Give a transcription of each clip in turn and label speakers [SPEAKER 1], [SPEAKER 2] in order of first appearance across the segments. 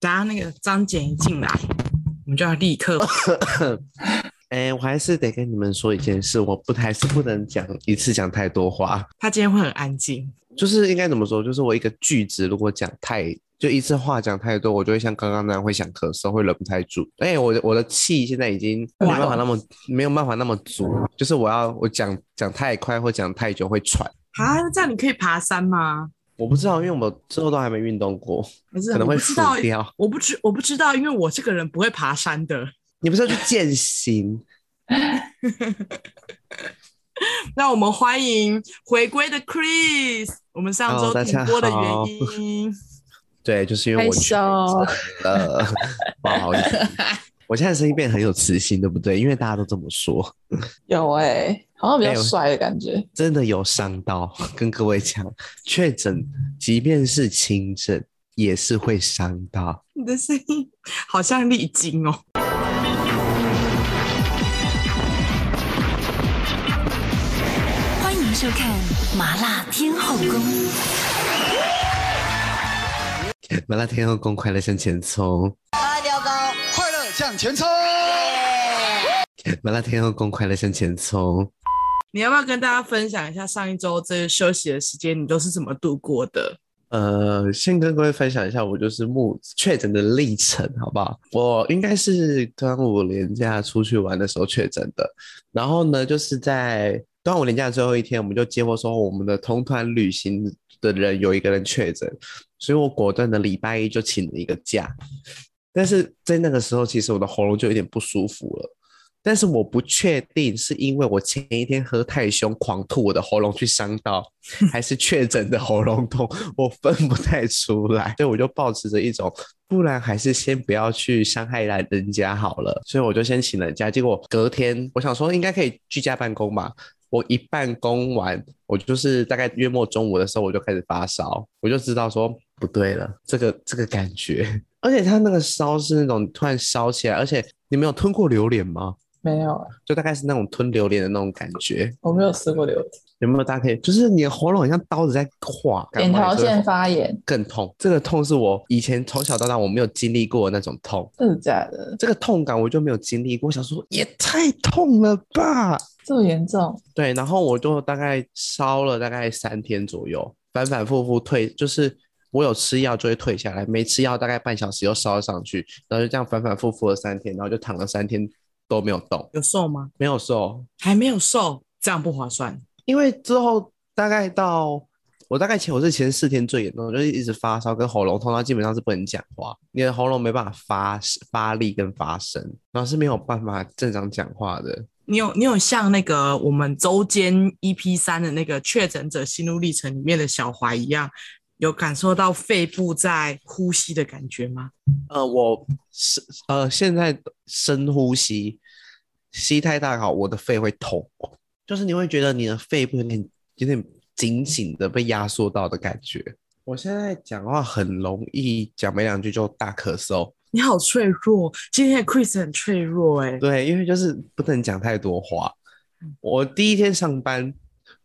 [SPEAKER 1] 等下那个张姐一进来，我们就要立
[SPEAKER 2] 哦
[SPEAKER 1] 刻
[SPEAKER 2] 哎、我还是得跟你们说一件事，我不还是不能讲一次讲太多话，
[SPEAKER 1] 她今天会很安
[SPEAKER 2] 嗯
[SPEAKER 1] 静。
[SPEAKER 2] 就是应该怎么说？就是我一个句子如果讲太就一次话讲太多，我就会像刚刚那样会想咳嗽，会忍不太住。哎、我的我的气现在已经没有
[SPEAKER 1] 哇
[SPEAKER 2] 办法那么没有办法那么足，就是我要我讲讲太快或讲太久会喘。
[SPEAKER 1] 啊，那这样你可以爬山吗？
[SPEAKER 2] 我不知道，因为我之后都还没运动过，
[SPEAKER 1] 还是啊
[SPEAKER 2] 可能
[SPEAKER 1] 我
[SPEAKER 2] 会
[SPEAKER 1] 不知
[SPEAKER 2] 浮
[SPEAKER 1] 道，
[SPEAKER 2] 掉。
[SPEAKER 1] 我不知我不知道，因为我这个人不会爬山的。
[SPEAKER 2] 你不是要去践行？
[SPEAKER 1] 让我们欢迎回归的 Chris，我们上周
[SPEAKER 2] 哦 Hello，大
[SPEAKER 1] 停
[SPEAKER 2] 家
[SPEAKER 1] 播的
[SPEAKER 2] 好
[SPEAKER 1] 原因。
[SPEAKER 2] 对，就是因为我
[SPEAKER 3] 害
[SPEAKER 2] 确诊
[SPEAKER 3] 羞
[SPEAKER 2] 了，不呃好意思。我现在声音变得很有磁性，对不对？因为大家都这么说，
[SPEAKER 3] 有哎、好像比较
[SPEAKER 2] 哎我
[SPEAKER 3] 帅的感觉。
[SPEAKER 2] 真的有伤到。跟各位讲，确诊即便是轻症，也是会伤到。
[SPEAKER 1] 你的声音 好像历经哦。
[SPEAKER 4] 欢迎收看《麻辣天后宫》。
[SPEAKER 2] 麻辣天后宫快乐向前冲，
[SPEAKER 5] 快乐向前冲！
[SPEAKER 2] 麻辣天后宫快乐向前冲。
[SPEAKER 1] 你要不要跟大家分享一下上一周这休息的时间，你都是怎么度过的？
[SPEAKER 2] 呃，先跟各位分享一下我就是目确诊的历程，好不好？我应该是端午连假出去玩的时候确诊的，然后呢，就是在端午连假的最后一天，我们就接获说我们的同团旅行的人有一个人确诊，所以我果断的礼拜一就请了一个假。但是在那个时候，其实我的喉咙就有点不舒服了，但是我不确定是因为我前一天喝太凶狂吐，我的喉咙去伤到，还是确诊的喉咙痛，我分不太出来，所以我就抱持着一种，不然还是先不要去伤害来人家好了，所以我就先请人假，结果隔天我想说应该可以居家办公吧。我一办公完，我就是大概月末中午的时候，我就开始发烧，我就知道说不对了，这个这个感觉， 而且他那个烧是那种突然烧起来，而且你们有吞过榴莲吗？
[SPEAKER 3] 没有，
[SPEAKER 2] 就大概是那种吞榴莲的那种感觉，
[SPEAKER 3] 我没有吃过榴莲。
[SPEAKER 2] 有没有？大家可以，就是你的喉咙很像刀子在划，
[SPEAKER 3] 扁
[SPEAKER 2] 感冒
[SPEAKER 3] 桃
[SPEAKER 2] 也是会
[SPEAKER 3] 腺发炎，
[SPEAKER 2] 更痛。这个痛是我以前从小到大我没有经历过的那种痛，
[SPEAKER 3] 真的假的？
[SPEAKER 2] 这个痛感我就没有经历过。我想说也太痛了吧？
[SPEAKER 3] 这么严重？
[SPEAKER 2] 对，然后我就大概烧了大概三天左右，反反复复退，就是我有吃药就会退下来，没吃药大概半小时又烧上去，然后就这样反反复复了三天，然后就躺了三天都没有动，
[SPEAKER 1] 有瘦吗？
[SPEAKER 2] 没有瘦，
[SPEAKER 1] 还没有瘦，这样不划算。
[SPEAKER 2] 因为之后大概到我大概前我是前四天最严重，我就是一直发烧跟喉咙痛，到基本上是不能讲话，你的喉咙没办法发发力跟发声，然后是没有办法正常讲话的。
[SPEAKER 1] 你有你有像那个我们周间 EP 三的那个确诊者心路历程里面的小怀一样，有感受到肺部在呼吸的感觉吗？
[SPEAKER 2] 呃，我是呃现在深呼吸，吸太大好，我的肺会痛，就是你会觉得你的肺部有点有点紧紧的被压缩到的感觉。我现在讲话很容易讲没两句就大咳嗽，
[SPEAKER 1] 你好脆弱，今天的 Chris 很脆弱哎、
[SPEAKER 2] 对，因为就是不能讲太多话。我第一天上班，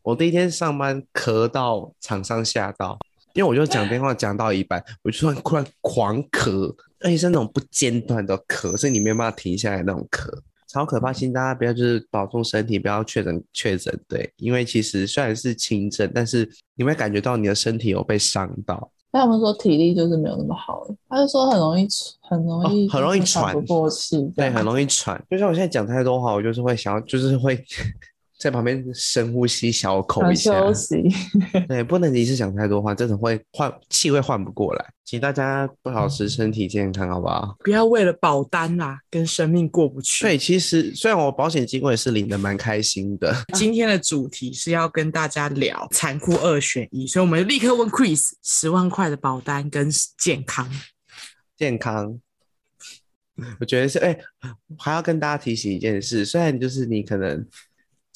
[SPEAKER 2] 我第一天上班咳到厂商吓到，因为我就讲电话讲到一半，我就突然突然狂咳，而且是那种不间断的咳，是你没有办法停下来那种咳，超可怕。请大家不要就是保重身体，不要确诊确诊，对，因为其实虽然是轻症，但是你会感觉到你的身体有被伤到。
[SPEAKER 3] 但他们说体力就是没有那么好，他就说很容易喘很容易、
[SPEAKER 2] 哦很容易
[SPEAKER 3] 喘不
[SPEAKER 2] 喘
[SPEAKER 3] 过气，
[SPEAKER 2] 对，很
[SPEAKER 3] 易。
[SPEAKER 2] 容易喘。就像我现在讲太多话，我就是会想要，就是会 在旁边深呼吸、小口
[SPEAKER 3] 想
[SPEAKER 2] 一下。
[SPEAKER 3] 休息，
[SPEAKER 2] 对，不能一次讲太多话，真的会换气会换不过来。请大家保持身体健康，好不好？
[SPEAKER 1] 不要为了保单啦、跟生命过不去。
[SPEAKER 2] 对，其实虽然我保险金我也是领的蛮开心的，
[SPEAKER 1] 今天的主题是要跟大家聊残酷二选一，所以我们立刻问 Chris：十万块的保单跟健康，
[SPEAKER 2] 健康。我觉得是，哎、还要跟大家提醒一件事，虽然就是你可能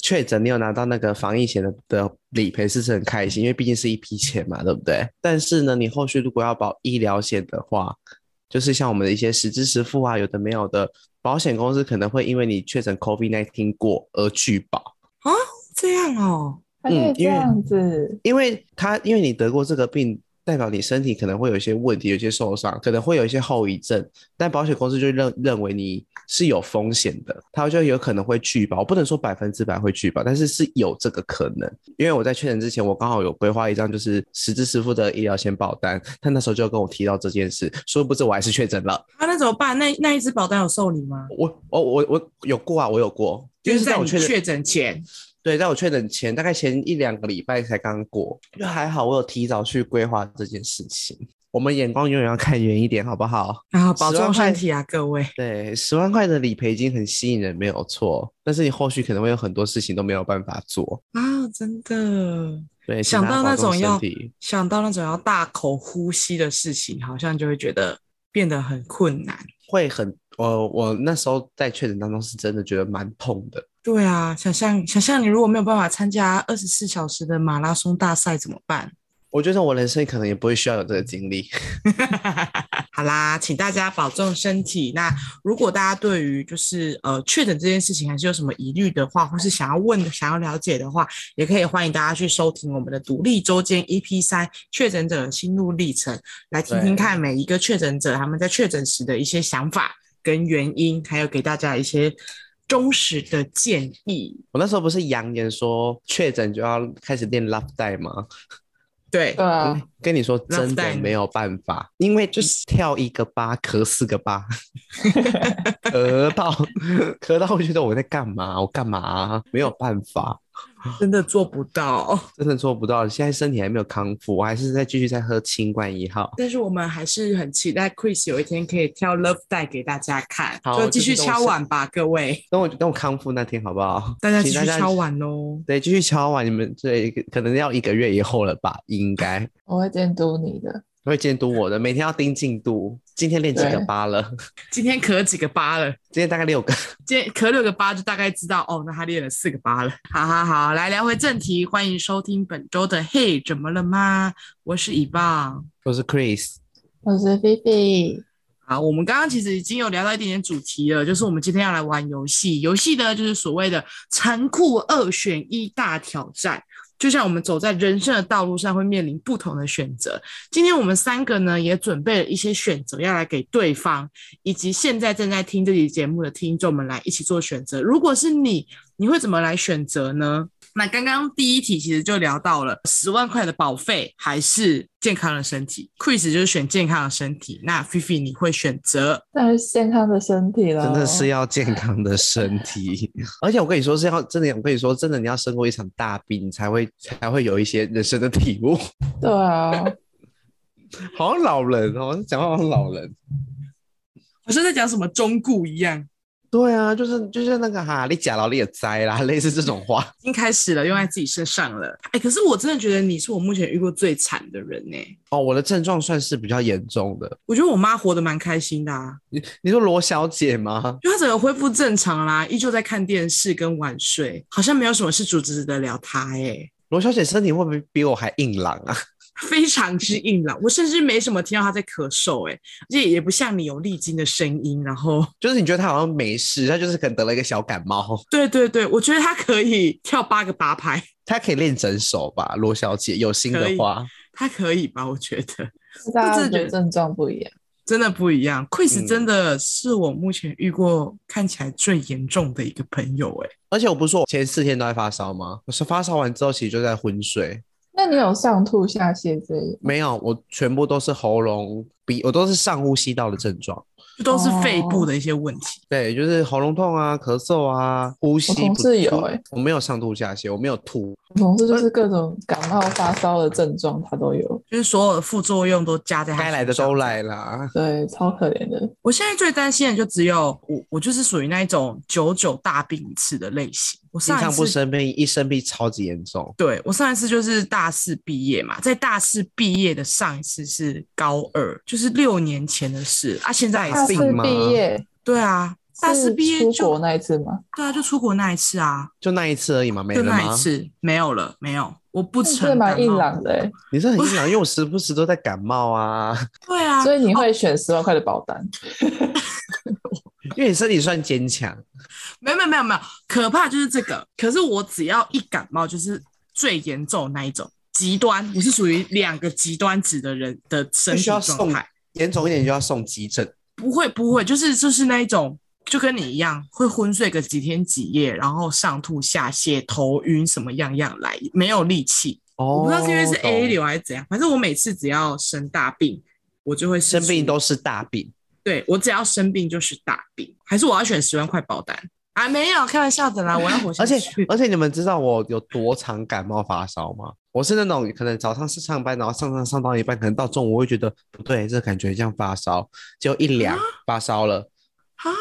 [SPEAKER 2] 确诊，你有拿到那个防疫险的的理赔是是很开心，因为毕竟是一批钱嘛，对不对？但是呢，你后续如果要保医疗险的话，就是像我们的一些实支实付啊，有的没有的，保险公司可能会因为你确诊 COVID-19 过而拒保。
[SPEAKER 1] 这样哦。
[SPEAKER 3] 还可以
[SPEAKER 2] 嗯
[SPEAKER 3] 哎这样子，
[SPEAKER 2] 因为他因为你得过这个病代表你身体可能会有一些问题，有一些受伤，可能会有一些后遗症。但保险公司就认认为你是有风险的，它就有可能会拒保，不能说百分之百会拒保，但是是有这个可能。因为我在确诊之前，我刚好有规划一张就是实支实付的医疗险保单，他那时候就跟我提到这件事，殊不知我还是确诊了。
[SPEAKER 1] 啊，那怎么办？那那一只保单有受理吗？
[SPEAKER 2] 我我我我有过啊，我有过，
[SPEAKER 1] 就
[SPEAKER 2] 因为
[SPEAKER 1] 是
[SPEAKER 2] 是在
[SPEAKER 1] 在
[SPEAKER 2] 我
[SPEAKER 1] 你
[SPEAKER 2] 确诊
[SPEAKER 1] 确诊前，
[SPEAKER 2] 对，在我确诊前大概前一两个礼拜才刚过，就还好我有提早去规划这件事情。我们眼光永远要看远一点，好不好？
[SPEAKER 1] 啊，保
[SPEAKER 2] 10万
[SPEAKER 1] 重
[SPEAKER 2] 块
[SPEAKER 1] 身体啊，各位。
[SPEAKER 2] 对，十万块的理赔金很吸引人，没有错。但是你后续可能会有很多事情都没有办法做。
[SPEAKER 1] 啊，真的
[SPEAKER 2] 对，请
[SPEAKER 1] 想
[SPEAKER 2] 大家
[SPEAKER 1] 到那
[SPEAKER 2] 保重
[SPEAKER 1] 种要
[SPEAKER 2] 身体
[SPEAKER 1] 想到那种要大口呼吸的事情，好像就会觉得变得很困难。
[SPEAKER 2] 会很，我我那时候在确诊当中是真的觉得蛮痛的。
[SPEAKER 1] 对啊，想象想象你如果没有办法参加二十四小时的马拉松大赛怎么办？
[SPEAKER 2] 我觉得我人生可能也不会需要有这个经历。
[SPEAKER 1] 好啦，请大家保重身体。那如果大家对于就是呃确诊这件事情还是有什么疑虑的话，或是想要问的、想要了解的话，也可以欢迎大家去收听我们的独立周间 EP 三确诊者的心路历程，来听听看每一个确诊者他们在确诊时的一些想法跟原因，还有给大家一些忠实的建议。
[SPEAKER 2] 我那时候不是扬言说确诊就要开始练 love 带吗？
[SPEAKER 1] 对
[SPEAKER 3] 对啊，
[SPEAKER 2] 跟你说，
[SPEAKER 1] 那
[SPEAKER 2] 真的
[SPEAKER 1] Stan
[SPEAKER 2] 没有办法，因为就是跳一个八，咳四个 八，咳到咳到，我觉得我在干嘛？我干嘛、啊没有办法，
[SPEAKER 1] 真的做不到，
[SPEAKER 2] 真的做不到。现在身体还没有康复，我还是在继续在喝清冠一号。
[SPEAKER 1] 但是我们还是很期待 Chris 有一天可以跳 Love 带给大家看，
[SPEAKER 2] 好
[SPEAKER 1] 就继续
[SPEAKER 2] 这是动
[SPEAKER 1] 敲碗吧，各位，
[SPEAKER 2] 等我等我康复那天好不好？
[SPEAKER 1] 大家继
[SPEAKER 2] 请
[SPEAKER 1] 续敲碗哦。
[SPEAKER 2] 对，继续敲完。你们这可能要一个月以后了吧？应该
[SPEAKER 3] 我会监督你的。
[SPEAKER 2] 会监督我的，每天要盯进度。今天练几个
[SPEAKER 3] 对
[SPEAKER 2] 八了？
[SPEAKER 1] 今天咳几个八了，
[SPEAKER 2] 今天大概六个。
[SPEAKER 1] 今天咳六个八，就大概知道哦，那他练了四个八了。好好好，来聊回正题，欢迎收听本周的《嘿，怎么了吗》？我是以棒。
[SPEAKER 2] 我是 Chris，
[SPEAKER 3] 我是菲菲，
[SPEAKER 1] 好，我们刚刚其实已经有聊到一点点主题了，就是我们今天要来玩游戏。游戏呢，就是所谓的残酷二选一大挑战。就像我们走在人生的道路上，会面临不同的选择。今天我们三个呢，也准备了一些选择要来给对方，以及现在正在听这期节目的听众们来一起做选择。如果是你，你会怎么来选择呢？那刚刚第一题其实就聊到了十万块的保费还是健康的身体，Chris 就是选健康的身体，那菲菲你会选择
[SPEAKER 3] 但是健康的身体了，
[SPEAKER 2] 真的是要健康的身体， 而且我跟你说是要真的，我跟你说真的，你要生过一场大病，你才会才会有一些人生的体悟。
[SPEAKER 3] 对啊，
[SPEAKER 2] 好像老人哦，讲话好像老人。
[SPEAKER 1] 好像在讲什么中顾一样。
[SPEAKER 2] 对啊，就是就是那个哈，你假劳你也栽啦，类似这种话。
[SPEAKER 1] 已经开始了，用在自己身上了。哎，可是我真的觉得你是我目前遇过最惨的人呢、
[SPEAKER 2] 哦，我的症状算是比较严重的。
[SPEAKER 1] 我觉得我妈活得蛮开心的啊，
[SPEAKER 2] 你你说罗小姐吗？
[SPEAKER 1] 就她整个恢复正常啦，依旧在看电视跟晚睡，好像没有什么事阻止得了她哎、
[SPEAKER 2] 罗小姐身体会不会比我还硬朗啊？
[SPEAKER 1] 非常之硬朗，我甚至没什么听到她在咳嗽哎、而且也不像你有历经的声音，然后。
[SPEAKER 2] 就是你觉得她好像没事，她就是可能得了一个小感冒。
[SPEAKER 1] 对对对，我觉得他可以跳八个八拍，
[SPEAKER 2] 她可以练整手吧，罗小姐有心
[SPEAKER 1] 可
[SPEAKER 2] 的
[SPEAKER 1] 以
[SPEAKER 2] 话。
[SPEAKER 1] 他可以吧？我觉得我
[SPEAKER 3] 大家
[SPEAKER 1] 真的觉
[SPEAKER 3] 的
[SPEAKER 1] 得
[SPEAKER 3] 症状不一样。
[SPEAKER 1] 真的不一样。Quiz
[SPEAKER 2] 嗯
[SPEAKER 1] 真的是我目前遇过看起来最严重的一个朋友、欸，
[SPEAKER 2] 而且我不是说我前四天都在发烧吗？我是发烧完之后，其实就在昏睡，
[SPEAKER 3] 那你有上吐下泻之类的？
[SPEAKER 2] 没有，我全部都是喉咙、鼻，我都是上呼吸道的症状。
[SPEAKER 1] 就都是肺
[SPEAKER 2] 哦
[SPEAKER 1] 部的一些问题。
[SPEAKER 2] 对，就是喉咙痛啊、咳嗽啊、呼吸
[SPEAKER 3] 我同
[SPEAKER 2] 不
[SPEAKER 3] 事有
[SPEAKER 2] 出
[SPEAKER 3] 欸
[SPEAKER 2] 我没有上吐下泻，我没有吐，
[SPEAKER 3] 我同事就是各种感冒、发烧的症状，他都有，
[SPEAKER 1] 就是所有的副作用都加在他
[SPEAKER 2] 该来的
[SPEAKER 1] 身上
[SPEAKER 2] 都。来啦。
[SPEAKER 3] 对，超可怜的。
[SPEAKER 1] 我现在最担心的就只有我，我就是属于那一种久久大病一次的类型。我
[SPEAKER 2] 经
[SPEAKER 1] 上一
[SPEAKER 2] 常不
[SPEAKER 1] 次
[SPEAKER 2] 生病，一生病超级严重。
[SPEAKER 1] 对我上一次就是大四毕业嘛，在大四毕业的上一次是高二，就是六年前的事啊。现在也
[SPEAKER 3] 大
[SPEAKER 1] 是
[SPEAKER 3] 四
[SPEAKER 2] 病吗
[SPEAKER 3] 毕业，
[SPEAKER 1] 对啊，大四
[SPEAKER 3] 是
[SPEAKER 1] 毕业
[SPEAKER 3] 出国
[SPEAKER 1] 就
[SPEAKER 3] 那一次吗？
[SPEAKER 1] 对啊，就出国那一次啊，
[SPEAKER 2] 就那一次而已嘛，没
[SPEAKER 1] 就
[SPEAKER 2] 了
[SPEAKER 1] 那
[SPEAKER 2] 吗
[SPEAKER 1] 一？次没有了，没有，我不
[SPEAKER 3] 那是
[SPEAKER 1] 承担
[SPEAKER 3] 蛮
[SPEAKER 2] 啊
[SPEAKER 1] 哦
[SPEAKER 3] 硬朗的、欸，
[SPEAKER 2] 你是很硬朗，啊因为我时不时都在感冒啊。
[SPEAKER 1] 对啊，
[SPEAKER 3] 所以你会选十万块的保单，
[SPEAKER 2] 因为你身体算坚强，
[SPEAKER 1] 没有没有没有没有，可怕就是这个。可是我只要一感冒，就是最严重的那一种，极端，你是属于两个极端值的人的身
[SPEAKER 2] 必
[SPEAKER 1] 体
[SPEAKER 2] 须要
[SPEAKER 1] 状
[SPEAKER 2] 送
[SPEAKER 1] 态。
[SPEAKER 2] 严重一点就要送急诊。
[SPEAKER 1] 不会不会，就是就是那一种，就跟你一样会昏睡个几天几夜，然后上吐下泻、头晕什么样样来，没有力气。
[SPEAKER 2] 哦
[SPEAKER 1] 我不知道是因为是 A
[SPEAKER 2] 懂
[SPEAKER 1] 流还是怎样，反正我每次只要生大病，我就会是
[SPEAKER 2] 生病
[SPEAKER 1] 属于
[SPEAKER 2] 都是大病。
[SPEAKER 1] 对我只要生病就是大病，还是我要选十万块保单啊？没有开玩笑的啦，我要活下
[SPEAKER 2] 而且
[SPEAKER 1] 去。
[SPEAKER 2] 而且你们知道我有多常感冒发烧吗？我是那种可能早上是上班，然后上上上到一半，可能到中午我会觉得不对，这感觉像发烧，结果一量发烧了，
[SPEAKER 1] 啊，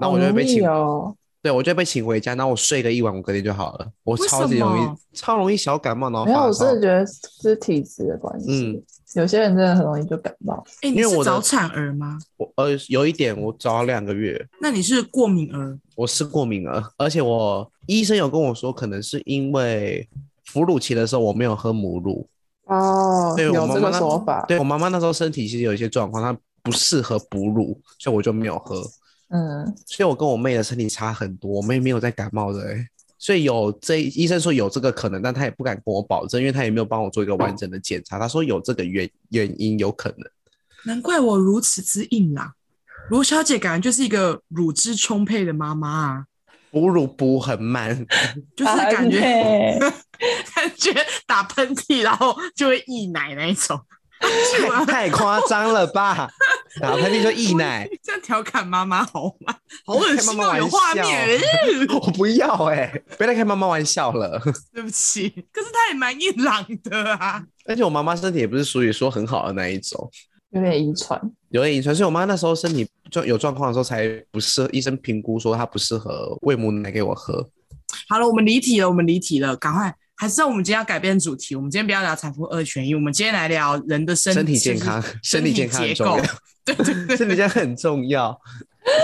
[SPEAKER 2] 那我就会被请，
[SPEAKER 3] 好容易哦。
[SPEAKER 2] 对我就会被请回家，然后我睡个一晚，我隔天就好了。我
[SPEAKER 1] 为
[SPEAKER 2] 超级容
[SPEAKER 1] 什么
[SPEAKER 2] 易超容易小感冒，然后
[SPEAKER 3] 没有，
[SPEAKER 2] 发
[SPEAKER 3] 我真
[SPEAKER 2] 烧
[SPEAKER 3] 的。觉得是体质的关系。
[SPEAKER 2] 嗯
[SPEAKER 3] 有些人真的很容易就感冒，
[SPEAKER 1] 哎、你
[SPEAKER 2] 因为我
[SPEAKER 1] 是
[SPEAKER 2] 的
[SPEAKER 1] 早产儿吗？
[SPEAKER 2] 我呃有一点，我早两个月，
[SPEAKER 1] 那你是过敏儿？
[SPEAKER 2] 我是过敏了，而且我医生有跟我说，可能是因为哺乳期的时候我没有喝母乳，
[SPEAKER 3] 哦
[SPEAKER 2] 对我
[SPEAKER 3] 有
[SPEAKER 2] 妈
[SPEAKER 3] 这
[SPEAKER 2] 妈
[SPEAKER 3] 个
[SPEAKER 2] 那
[SPEAKER 3] 说法，
[SPEAKER 2] 对我妈妈那时候身体其实有一些状况，她不适合哺乳，所以我就没有喝。
[SPEAKER 3] 嗯，
[SPEAKER 2] 所以我跟我妹的身体差很多，我妹没有在感冒的、欸，所以有这医生说有这个可能，但她也不敢跟我保证，因为她也没有帮我做一个完整的检查。她说有这个原原因有可能，
[SPEAKER 1] 难怪我如此之硬朗。罗小姐感觉就是一个乳汁充沛的妈妈啊，
[SPEAKER 2] 哺乳哺很慢，
[SPEAKER 1] 就是
[SPEAKER 2] 啊
[SPEAKER 1] 感觉、
[SPEAKER 3] 哎
[SPEAKER 1] 感觉打喷嚏然后就会溢奶那一种。
[SPEAKER 2] 太太夸张了吧？打喷嚏就溢奶，
[SPEAKER 1] 这样调侃妈妈好吗？ 好恶
[SPEAKER 2] 开妈
[SPEAKER 1] 心
[SPEAKER 2] 妈
[SPEAKER 1] 哦，有
[SPEAKER 2] 玩
[SPEAKER 1] 画
[SPEAKER 2] 笑
[SPEAKER 1] 面。 呃
[SPEAKER 2] 我不要哎、不要再开妈妈玩笑了。
[SPEAKER 1] 对不起，可是她也蛮硬朗的啊。
[SPEAKER 2] 而且我妈妈身体也不是属于说很好的那一种，
[SPEAKER 3] 有点遗传，
[SPEAKER 2] 有点遗传，所以我妈那时候身体状有状况的时候才不适合，医生评估说她不适合喂母奶给我喝。
[SPEAKER 1] 好了，我们离题了，我们离题了，赶快。还是我们今天要改变主题，我们今天不要聊产妇二选一，我们今天来聊人的身
[SPEAKER 2] 身体健康， 身
[SPEAKER 1] 身
[SPEAKER 2] 体
[SPEAKER 1] 体
[SPEAKER 2] 健康很
[SPEAKER 1] 结
[SPEAKER 2] 重
[SPEAKER 1] 构
[SPEAKER 2] 要，。
[SPEAKER 1] 对对对，
[SPEAKER 2] 身体健康很重要。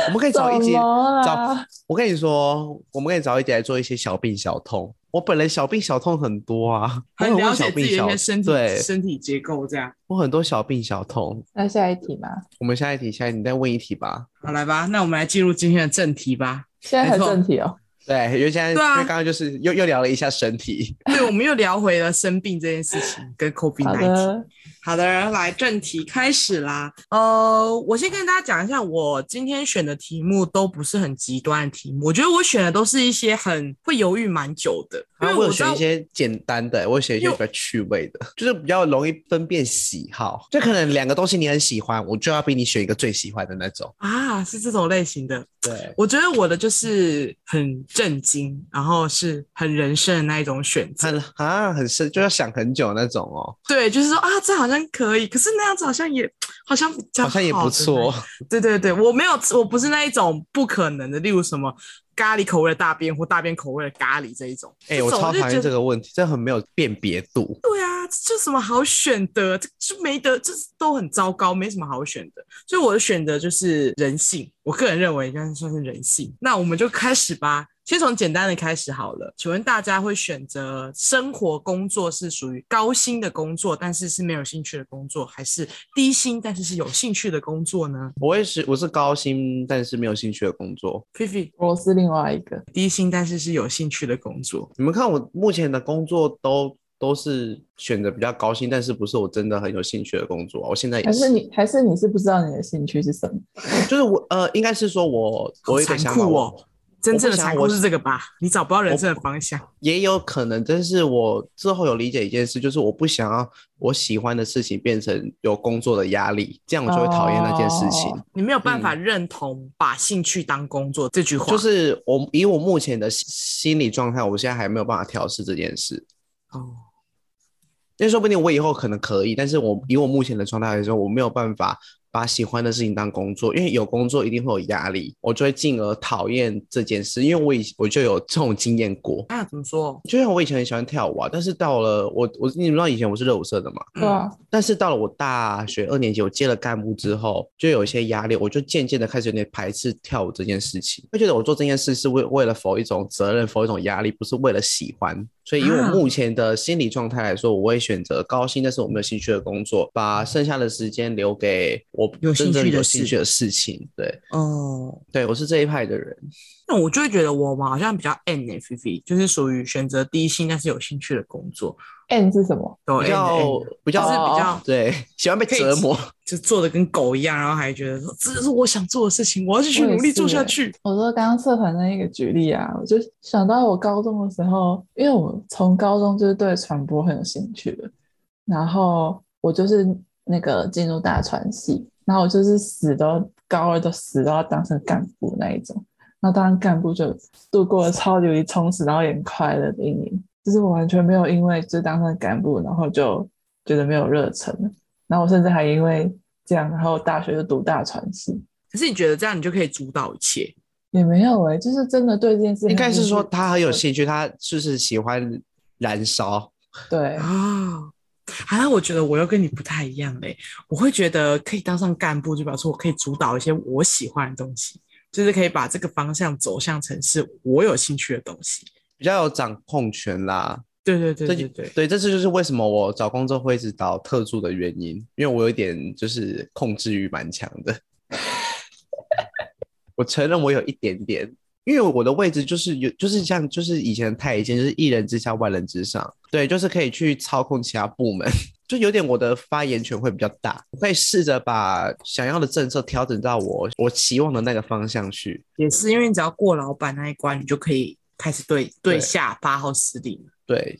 [SPEAKER 2] 我们可以 找一集
[SPEAKER 3] 怎么
[SPEAKER 2] 找
[SPEAKER 3] 啦？
[SPEAKER 2] 我跟你说，我们可以找一集来做一些小病小痛。我本人小病小痛很多啊，我
[SPEAKER 1] 很
[SPEAKER 2] 很
[SPEAKER 1] 了
[SPEAKER 2] 多
[SPEAKER 1] 解
[SPEAKER 2] 小
[SPEAKER 1] 自
[SPEAKER 2] 病
[SPEAKER 1] 己的
[SPEAKER 2] 小
[SPEAKER 1] 一些身体
[SPEAKER 2] 对，
[SPEAKER 1] 身体结构这样。
[SPEAKER 2] 我很多小病小痛。
[SPEAKER 3] 那下一题嘛，
[SPEAKER 2] 我们下一题，下一题你再问一题吧。
[SPEAKER 1] 好，来吧，那我们来进入今天的正题吧。
[SPEAKER 3] 现在
[SPEAKER 1] 没
[SPEAKER 3] 才
[SPEAKER 1] 错
[SPEAKER 3] 正题哦。
[SPEAKER 2] 对，因为现在、
[SPEAKER 1] 对啊
[SPEAKER 2] 因为刚刚就是又又聊了一下身体，
[SPEAKER 1] 对，我们又聊回了生病这件事情跟 COVID
[SPEAKER 3] 好
[SPEAKER 1] nineteen。
[SPEAKER 3] 的，
[SPEAKER 1] 好的，来正题开始啦。呃，我先跟大家讲一下，我今天选的题目都不是很极端的题目，我觉得我选的都是一些很会犹豫蛮久的，因
[SPEAKER 2] 然
[SPEAKER 1] 为
[SPEAKER 2] 啊后我
[SPEAKER 1] 我
[SPEAKER 2] 有
[SPEAKER 1] 知
[SPEAKER 2] 选
[SPEAKER 1] 道
[SPEAKER 2] 一些简单的，我有选一些比较趣味的，就是比较容易分辨喜好。就可能两个东西你很喜欢，我就要逼你选一个最喜欢的那种。
[SPEAKER 1] 啊是这种类型的。
[SPEAKER 2] 对，
[SPEAKER 1] 我觉得我的就是很震惊，然后是很人生的那一种选择。
[SPEAKER 2] 很啊，很深，就要想很久那种哦，
[SPEAKER 1] 对，就是说啊，这好像可以，可是那样子好像也好像比较
[SPEAKER 2] 好像也不
[SPEAKER 1] 的那
[SPEAKER 2] 错哦
[SPEAKER 1] 一。对对对，我没有，我不是那一种不可能的，例如什么咖喱口味的大便或大便口味的咖喱这一种。
[SPEAKER 2] 哎、
[SPEAKER 1] 这
[SPEAKER 2] 我
[SPEAKER 1] 种
[SPEAKER 2] 超
[SPEAKER 1] 就
[SPEAKER 2] 讨
[SPEAKER 1] 觉
[SPEAKER 2] 厌这
[SPEAKER 1] 得。
[SPEAKER 2] 个问题，这很没有辨别度。
[SPEAKER 1] 对啊，这有什么好选的？这就没得，这都很糟糕，没什么好选的。所以我的选择就是人性，我个人认为应该算是人性。那我们就开始吧，先从简单的开始好了。请问大家会选择生活工作是属于高薪的工作，但是是没有兴趣的工作，还是低薪但是是有兴趣的工作呢
[SPEAKER 2] 我也是，我是高薪但是没有兴趣的工作。
[SPEAKER 1] 菲菲，
[SPEAKER 3] 我是另外一个，
[SPEAKER 1] 低薪但是是有兴趣的工作，
[SPEAKER 2] 你们看我目前的工作都都是选择比较高薪，但是不是我真的很有兴趣的工作啊。我现在也
[SPEAKER 3] 还是
[SPEAKER 2] 是，
[SPEAKER 3] 你，还是你是不知道你的兴趣是什么？
[SPEAKER 2] 就是我呃，应该是说我
[SPEAKER 1] 好
[SPEAKER 2] 我有一个
[SPEAKER 1] 残
[SPEAKER 2] 想
[SPEAKER 1] 酷
[SPEAKER 2] 法，我
[SPEAKER 1] 哦真正的
[SPEAKER 2] 想
[SPEAKER 1] 残
[SPEAKER 2] 要
[SPEAKER 1] 酷
[SPEAKER 2] 我
[SPEAKER 1] 是这个吧？你找不到人
[SPEAKER 2] 我
[SPEAKER 1] 生的方向。
[SPEAKER 2] 也有可能，但是我之后有理解一件事，就是我不想要我喜欢的事情变成有工作的压力，这样我就会讨厌那件事情。
[SPEAKER 3] 哦
[SPEAKER 1] 你没有办法认同把兴趣当工作这句话，
[SPEAKER 2] 嗯就是我以我目前的心心理状态，我现在还没有办法调试这件事。
[SPEAKER 1] 哦，
[SPEAKER 2] 因为说不定我以后可能可以，但是我以我目前的状态来说，我没有办法把喜欢的事情当工作，因为有工作一定会有压力，我就会进而讨厌这件事。因为我以我就有这种经验过，
[SPEAKER 1] 那、怎么说？
[SPEAKER 2] 就像我以前很喜欢跳舞啊，但是到了我我你们知道以前我是热舞社的嘛，
[SPEAKER 3] 对啊，
[SPEAKER 2] 但是到了我大学二年级，我接了干部之后，就有一些压力，我就渐渐的开始有点排斥跳舞这件事情，会觉得我做这件事是为为了否一种责任，否一种压力，不是为了喜欢。所以以我
[SPEAKER 1] 啊
[SPEAKER 2] 目前的心理状态来说，我会选择高薪但是我没有兴趣的工作，把剩下的时间留给我
[SPEAKER 1] 有兴
[SPEAKER 2] 真正
[SPEAKER 1] 趣的
[SPEAKER 2] 有
[SPEAKER 1] 事
[SPEAKER 2] 兴趣的事情。对，
[SPEAKER 1] 哦，
[SPEAKER 2] 对我是这一派的人，
[SPEAKER 1] 那我就会觉得我好像比较 N F V，就是属于选择低薪但是有兴趣的工作。
[SPEAKER 3] N 是什么？
[SPEAKER 1] 都
[SPEAKER 2] 比较比较
[SPEAKER 1] 哦哎就是比较
[SPEAKER 2] 对，喜欢被折磨。
[SPEAKER 1] 就做的跟狗一样，然后还觉得说这是我想做的事情，我要继续
[SPEAKER 3] 我也
[SPEAKER 1] 努力做
[SPEAKER 3] 是
[SPEAKER 1] 下
[SPEAKER 3] 欸
[SPEAKER 1] 去。
[SPEAKER 3] 我说刚刚社团那一个举例啊，我就想到我高中的时候，因为我从高中就是对传播很有兴趣的，然后我就是那个进入大传系，然后我就是死都高二都死都要当成干部那一种，然后当上干部就度过了超级充实，然后也很快乐的一年，就是我完全没有因为就当上干部，然后就觉得没有热忱了，然后我甚至还因为这样，然后大学就读大传系，
[SPEAKER 1] 可是你觉得这样你就可以主导一切？
[SPEAKER 3] 也没有哎、就是真的对这件事情，
[SPEAKER 2] 应该是说他很有兴趣，他就是喜欢燃烧。
[SPEAKER 3] 对，
[SPEAKER 1] 啊。啊，我觉得我又跟你不太一样嘞、我会觉得可以当上干部，就表示我可以主导一些我喜欢的东西，就是可以把这个方向走向成是我有兴趣的东西。
[SPEAKER 2] 比较有掌控权啦，
[SPEAKER 1] 对对对
[SPEAKER 2] 这
[SPEAKER 1] 对
[SPEAKER 2] 就
[SPEAKER 1] 对，
[SPEAKER 2] 对，这次就是为什么我找工作会一直找特助的原因，因为我有一点就是控制欲蛮强的。 我承认我有一点点，因为我的位置就是有，就是像就是以前的太乙间，就是一人之下万人之上，对，就是可以去操控其他部门， 就有点我的发言权会比较大，我可以试着把想要的政策调整到我我期望的那个方向去。
[SPEAKER 1] 也是因为你只要过老板那一关，你就可以开始对对
[SPEAKER 2] 对
[SPEAKER 1] 下八号司令了。
[SPEAKER 2] 对，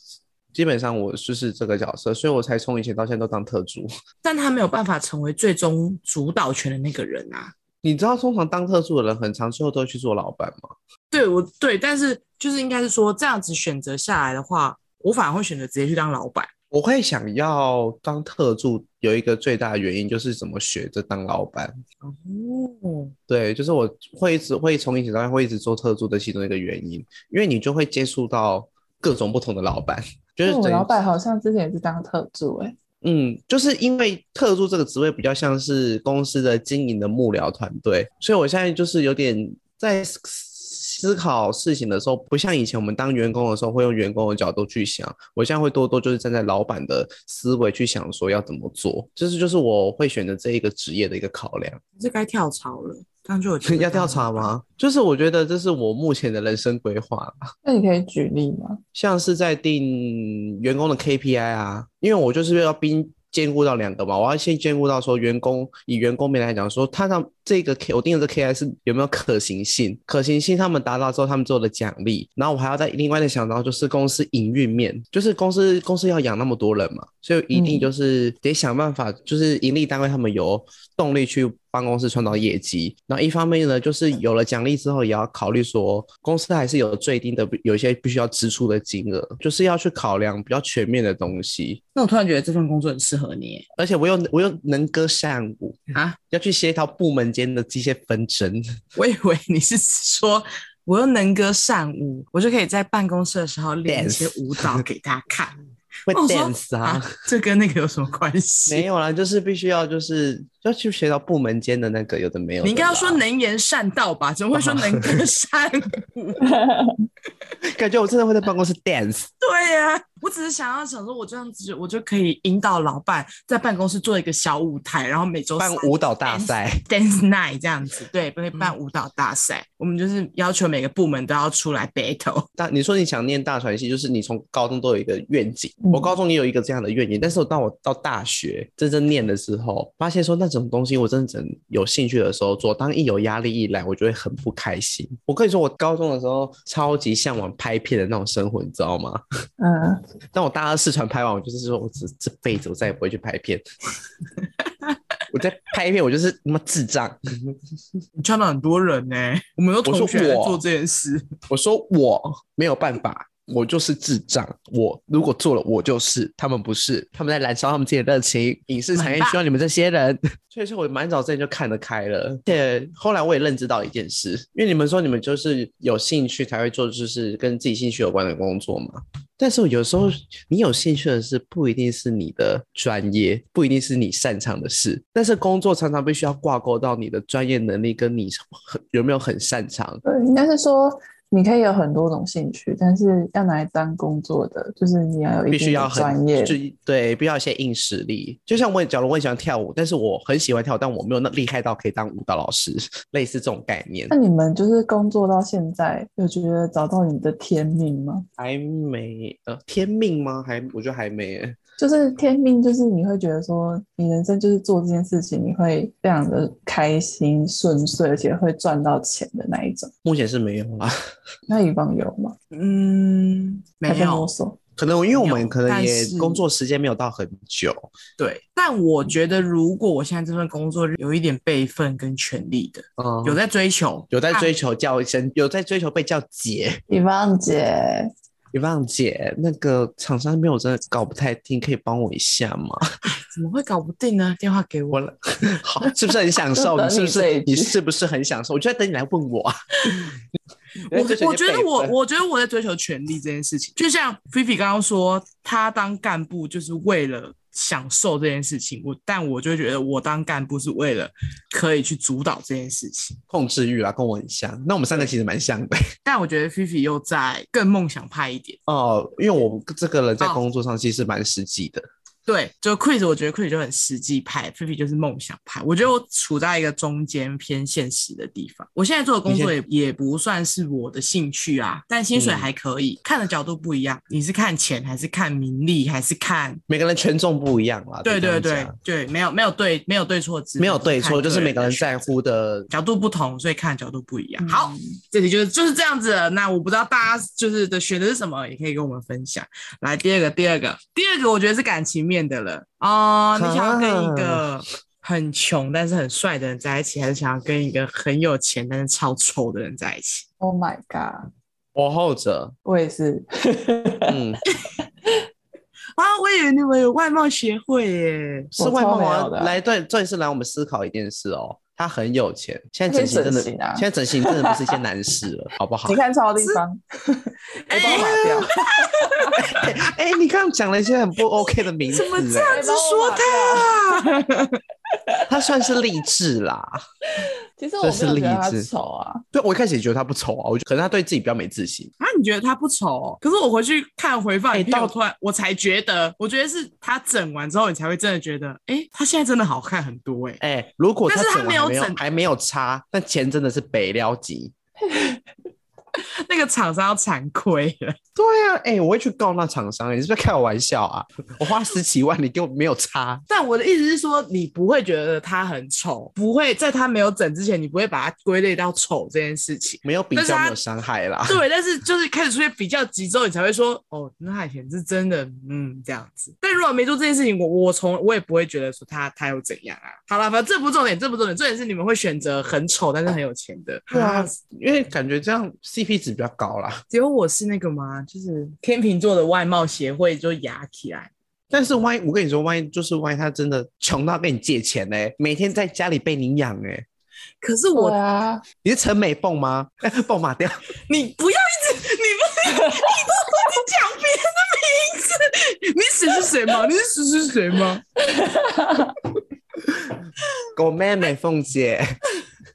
[SPEAKER 2] 基本上我就是这个角色，所以我才从以前到现在都当特助。
[SPEAKER 1] 但他没有办法成为最终主导权的那个人啊。
[SPEAKER 2] 你知道，通常当特助的人，很长最后都会去做老板吗？
[SPEAKER 1] 对我对，但是就是应该是说这样子选择下来的话，我反而会选择直接去当老板。
[SPEAKER 2] 我会想要当特助，有一个最大的原因就是怎么学着当老板。
[SPEAKER 1] 哦，
[SPEAKER 2] 对，就是我会一直会从以前到现在会一直做特助的其中一个原因，因为你就会接触到各种不同的老板，就
[SPEAKER 3] 因
[SPEAKER 2] 是
[SPEAKER 3] 为我
[SPEAKER 2] 等于
[SPEAKER 3] 老板好像之前也是当特助哎、
[SPEAKER 2] 嗯，就是因为特助这个职位比较像是公司的经营的幕僚团队，所以我现在就是有点在思思考事情的时候，不像以前我们当员工的时候会用员工的角度去想，我现在会多多就是站在老板的思维去想说要怎么做，这是就是我会选择这一个职业的一个考量。
[SPEAKER 1] 是该跳槽了，这样就有
[SPEAKER 2] 要调查？吗？就是我觉得这是我目前的人生规划，
[SPEAKER 3] 那你可以举例吗？
[SPEAKER 2] 像是在定员工的 KPI 啊，因为我就是要并兼顾到两个嘛，我要先兼顾到说员工以员工面来讲说，他让这个 K 我定的这 KI 是有没有可行性，可行性他们达到之后他们做的奖励，然后我还要再另外的想到就是公司营运面，就是公司公司要养那么多人嘛，所以一定
[SPEAKER 3] 嗯
[SPEAKER 2] 就是得想办法，就是盈利单位他们有动力去帮公司创造业绩。然后一方面呢，就是有了奖励之后，也要考虑说公司还是有最低的有一些必须要支出的金额，就是要去考量比较全面的东西。
[SPEAKER 1] 那我突然觉得这份工作很适合你耶
[SPEAKER 2] 而且我又我又能歌善舞，
[SPEAKER 1] 啊！
[SPEAKER 2] 要去协调部门间的这些纷争。
[SPEAKER 1] 我以为你是说我又能歌善舞，我就可以在办公室的时候练一些
[SPEAKER 2] Dance
[SPEAKER 1] 舞蹈给大家看。
[SPEAKER 2] 会
[SPEAKER 1] 我说
[SPEAKER 2] dance 啊
[SPEAKER 1] 啊，这跟那个有什么关
[SPEAKER 2] 没
[SPEAKER 1] 系？
[SPEAKER 2] 有啦，就是必须要就是要去学到部门间的那个有的没有的啦。
[SPEAKER 1] 你应该要说能言善道吧？怎么会说能歌 善舞？
[SPEAKER 2] 感觉我真的会在办公室 dance。
[SPEAKER 1] 对呀、我只是想要想说，我这样子我就可以引导老板在办公室做一个小舞台，然后每周
[SPEAKER 2] 办
[SPEAKER 1] 三
[SPEAKER 2] 舞蹈大赛，嗯
[SPEAKER 1] dance night 这样子，对，会办舞蹈大赛。我们就是要求每个部门都要出来 battle。
[SPEAKER 2] 大你说你想念大传系，就是你从高中都有一个愿景，
[SPEAKER 3] 嗯
[SPEAKER 2] 我高中也有一个这样的愿景，但是我当我到大学真正念的时候，发现说那种东西我真正有兴趣的时候做，当一有压力一来，我就会很不开心。我跟你说，我高中的时候超级向往拍片的那种生活，你知道吗？
[SPEAKER 3] 嗯，
[SPEAKER 2] 但我大二四传拍完，我就是说我这这辈子我再也不会去拍片。 我在拍片，我就是他妈智障。
[SPEAKER 1] 你看到很多人呢、我们有同学
[SPEAKER 2] 我
[SPEAKER 1] 在
[SPEAKER 2] 说我
[SPEAKER 1] 做这件事，
[SPEAKER 2] 我说我没有办法，我就是智障。我如果做了，我就是，他们不是，他们在燃烧他们自己的热情。影视产业
[SPEAKER 1] 蛮大
[SPEAKER 2] 需要你们这些人， 所以说我蛮早之前就看得开了。而且后来我也认知到一件事，因为你们说你们就是有兴趣才会做，就是跟自己兴趣有关的工作嘛。但是有时候你有兴趣的事不一定是你的专业，不一定是你擅长的事，但是工作常常必须要挂钩到你的专业能力跟你有没有很擅长。
[SPEAKER 3] 对，应该是说你可以有很多种兴趣，但是要拿来当工作的，就是你要有一
[SPEAKER 2] 必须
[SPEAKER 3] 定
[SPEAKER 2] 要
[SPEAKER 3] 的
[SPEAKER 2] 很
[SPEAKER 3] 专业
[SPEAKER 2] 就。对，必须要有一些硬实力。就像我也，假如我很喜欢跳舞，但是我很喜欢跳舞，但我没有那厉害到可以当舞蹈老师， 类似这种概念
[SPEAKER 3] 那。你们就是工作到现在，有觉得找到你的天命吗？
[SPEAKER 2] 还没呃，天命吗？还我觉得还没耶。
[SPEAKER 3] 就是天命，就是你会觉得说，你人生就是做这件事情，你会非常的开心顺遂，而且会赚到钱的那一种。
[SPEAKER 2] 目前是没有啊，
[SPEAKER 3] 那以往有吗？
[SPEAKER 1] 嗯，
[SPEAKER 3] 还
[SPEAKER 1] 没
[SPEAKER 3] 在摸
[SPEAKER 1] 有，
[SPEAKER 3] 索。
[SPEAKER 2] 可能因为我
[SPEAKER 1] 没有
[SPEAKER 2] 们可能
[SPEAKER 1] 但
[SPEAKER 2] 也
[SPEAKER 1] 是
[SPEAKER 2] 工作时间没有到很久，
[SPEAKER 1] 对。但我觉得，如果我现在这份工作有一点辈分跟权利的，
[SPEAKER 2] 嗯，
[SPEAKER 1] 有在追求，
[SPEAKER 2] 有在
[SPEAKER 1] 啊
[SPEAKER 2] 追求叫一声，有在追求被叫姐。
[SPEAKER 3] 以望姐，
[SPEAKER 2] 一棒姐，那个厂商那边我真的搞不太定，可以帮我一下吗？
[SPEAKER 1] 怎么会搞不定呢？电话给我
[SPEAKER 2] 我了， 好，是不是很享受？你是不
[SPEAKER 3] 就等你这一
[SPEAKER 2] 是你
[SPEAKER 3] 句
[SPEAKER 2] 是不是很享受？我就在等你来问我啊。
[SPEAKER 1] 我我觉得我
[SPEAKER 2] 我
[SPEAKER 1] 我觉得我在追求权利这件事情，就像菲菲刚刚说，她当干部就是为了享受这件事情，我但我就会觉得我当干部是为了可以去主导这件事情，
[SPEAKER 2] 控制欲啊，跟我很像。那我们三个其实蛮像的
[SPEAKER 1] 但我觉得菲菲又在更梦想派一点。
[SPEAKER 2] 哦，因为我这个人在
[SPEAKER 1] 哦
[SPEAKER 2] 工作上其实蛮实际的。
[SPEAKER 1] 对，就 Chris，我觉得 Chris 就很实际派，菲菲就是梦想派。我觉得我处在一个中间偏现实的地方。我现在做的工作也也不算是我的兴趣啊，但薪水
[SPEAKER 2] 嗯
[SPEAKER 1] 还可以，看的角度不一样。你是看钱，还是看名利，还是看
[SPEAKER 2] 每个人权重不一样啦，
[SPEAKER 1] 对
[SPEAKER 2] 就这
[SPEAKER 1] 对
[SPEAKER 2] 样
[SPEAKER 1] 对
[SPEAKER 2] 讲
[SPEAKER 1] 对，没有没有对没有对错之分，
[SPEAKER 2] 没有对错，
[SPEAKER 1] 看
[SPEAKER 2] 就是每个人
[SPEAKER 1] 的
[SPEAKER 2] 在 乎的。
[SPEAKER 1] 角度不同，所以看的角度不一样。
[SPEAKER 3] 嗯
[SPEAKER 1] 好，，这里就是就是这样子了。那我不知道大家就是的选择是什么，也可以跟我们分享。来，第二个，第二个，第二个，我觉得是感情面的了。哦，你想要跟一
[SPEAKER 2] 啊
[SPEAKER 1] 个很穷但是很帅的人在一起，还是想要跟一个很有钱但是超丑的人在一起？
[SPEAKER 3] Oh my god！
[SPEAKER 2] 我后者，
[SPEAKER 3] 我也是，
[SPEAKER 2] 嗯，
[SPEAKER 1] 啊，我以为你们有外貌协会耶。
[SPEAKER 2] 是外貌
[SPEAKER 3] 我超没
[SPEAKER 2] 啊
[SPEAKER 3] 有的。啊
[SPEAKER 2] 来，对，这也是来我们思考一件事哦。他很有钱，现在
[SPEAKER 3] 可以
[SPEAKER 2] 整形真的，
[SPEAKER 3] 整形啊
[SPEAKER 2] 现在整形真的不是一件难事了，好不好
[SPEAKER 3] 你？看错地方，
[SPEAKER 1] 哎
[SPEAKER 3] 我帮我码掉，
[SPEAKER 2] 哎、你刚刚讲了一些很不 OK 的名字、
[SPEAKER 1] 怎么这
[SPEAKER 2] 哎
[SPEAKER 1] 样子说
[SPEAKER 3] 他。
[SPEAKER 1] 他啊？
[SPEAKER 2] 他算是励志啦。
[SPEAKER 3] 其实我没有觉得
[SPEAKER 2] 这
[SPEAKER 3] 他
[SPEAKER 2] 是励志
[SPEAKER 3] 丑啊，
[SPEAKER 2] 对我一开始也觉得他不丑啊，我觉得可能他对自己比较没自信。
[SPEAKER 1] 啊，你觉得他不丑哦、可是我回去看回放
[SPEAKER 2] 哎
[SPEAKER 1] 影片，我
[SPEAKER 2] 到
[SPEAKER 1] 突然我才觉得，我觉得是他整完之后，你才会真的觉得，哎、他现在真的好看很多哎、
[SPEAKER 2] 哎、如果
[SPEAKER 1] 但是他
[SPEAKER 2] 整完
[SPEAKER 1] 没有
[SPEAKER 2] 还没有
[SPEAKER 1] 整
[SPEAKER 2] 还没有差，那钱真的是北撩级。
[SPEAKER 1] 那个厂商要惭愧了。
[SPEAKER 2] 对啊，哎、我会去告那厂商、哎你是不是开我玩笑啊？ 我花十几万，你给我没有差，
[SPEAKER 1] 但我的意思是说，你不会觉得他很丑，不会在他没有整之前，你不会把他归类到丑这件事情。
[SPEAKER 2] 没有比
[SPEAKER 1] 但是
[SPEAKER 2] 较，
[SPEAKER 1] 他
[SPEAKER 2] 没有伤害啦。
[SPEAKER 1] 对，啊但是就是开始出现比较急之后，你才会说，哦，那他以前是真的，嗯，这样子。但如果没做这件事情，我我从我也不会觉得说他他又怎样啊。好了，反正这不重点，这不重点，重点是你们会选择很丑但是很有钱的。
[SPEAKER 2] 对啊，因为感觉这样 CP 值比较高啦。
[SPEAKER 1] 只有我是那个吗？就是天秤座的外貌协会就压起来。
[SPEAKER 2] 但是万一我跟你说，万一就是万一他真的穷到跟你借钱嘞、每天在家里被你养哎、
[SPEAKER 1] 可是我，
[SPEAKER 3] 对啊，
[SPEAKER 2] 你是陈美凤吗？ 哎、蹦马掉，
[SPEAKER 1] 你不要一直，你不，你不 你讲别人的名字，你死是谁吗？你是死是谁吗？
[SPEAKER 2] 狗妹美凤姐。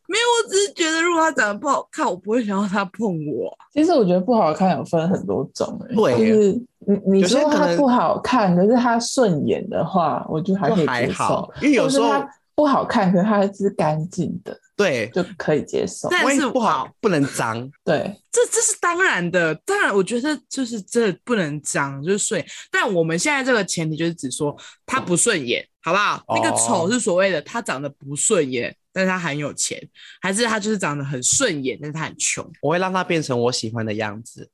[SPEAKER 1] 没有，我只是觉得如果他长得不好看，我不会想要他碰我。
[SPEAKER 3] 其实我觉得不好看有分很多种、欸，
[SPEAKER 2] 对
[SPEAKER 3] 就是你你
[SPEAKER 2] 有些
[SPEAKER 3] 说
[SPEAKER 2] 可
[SPEAKER 3] 他
[SPEAKER 2] 能
[SPEAKER 3] 不好看，可是他顺眼的话，我就还可
[SPEAKER 2] 就
[SPEAKER 3] 以
[SPEAKER 2] 还
[SPEAKER 3] 接
[SPEAKER 2] 好
[SPEAKER 3] 受，，
[SPEAKER 2] 因为有时候
[SPEAKER 3] 或者是他不好看，可是他是干净的，
[SPEAKER 2] 对，
[SPEAKER 3] 就可以接受。
[SPEAKER 1] 但
[SPEAKER 2] 万一
[SPEAKER 1] 是
[SPEAKER 2] 不好不能脏，
[SPEAKER 3] 对，
[SPEAKER 1] 这这是当然的，当然，我觉得就是这不能讲，就是顺眼。但我们现在这个前提就是只说他不顺眼，好不好？
[SPEAKER 2] 哦
[SPEAKER 1] 那个丑是所谓的他长得不顺眼，但是他很有钱，还是他就是长得很顺眼，但是他很穷。
[SPEAKER 2] 我会让它变成我喜欢的样子。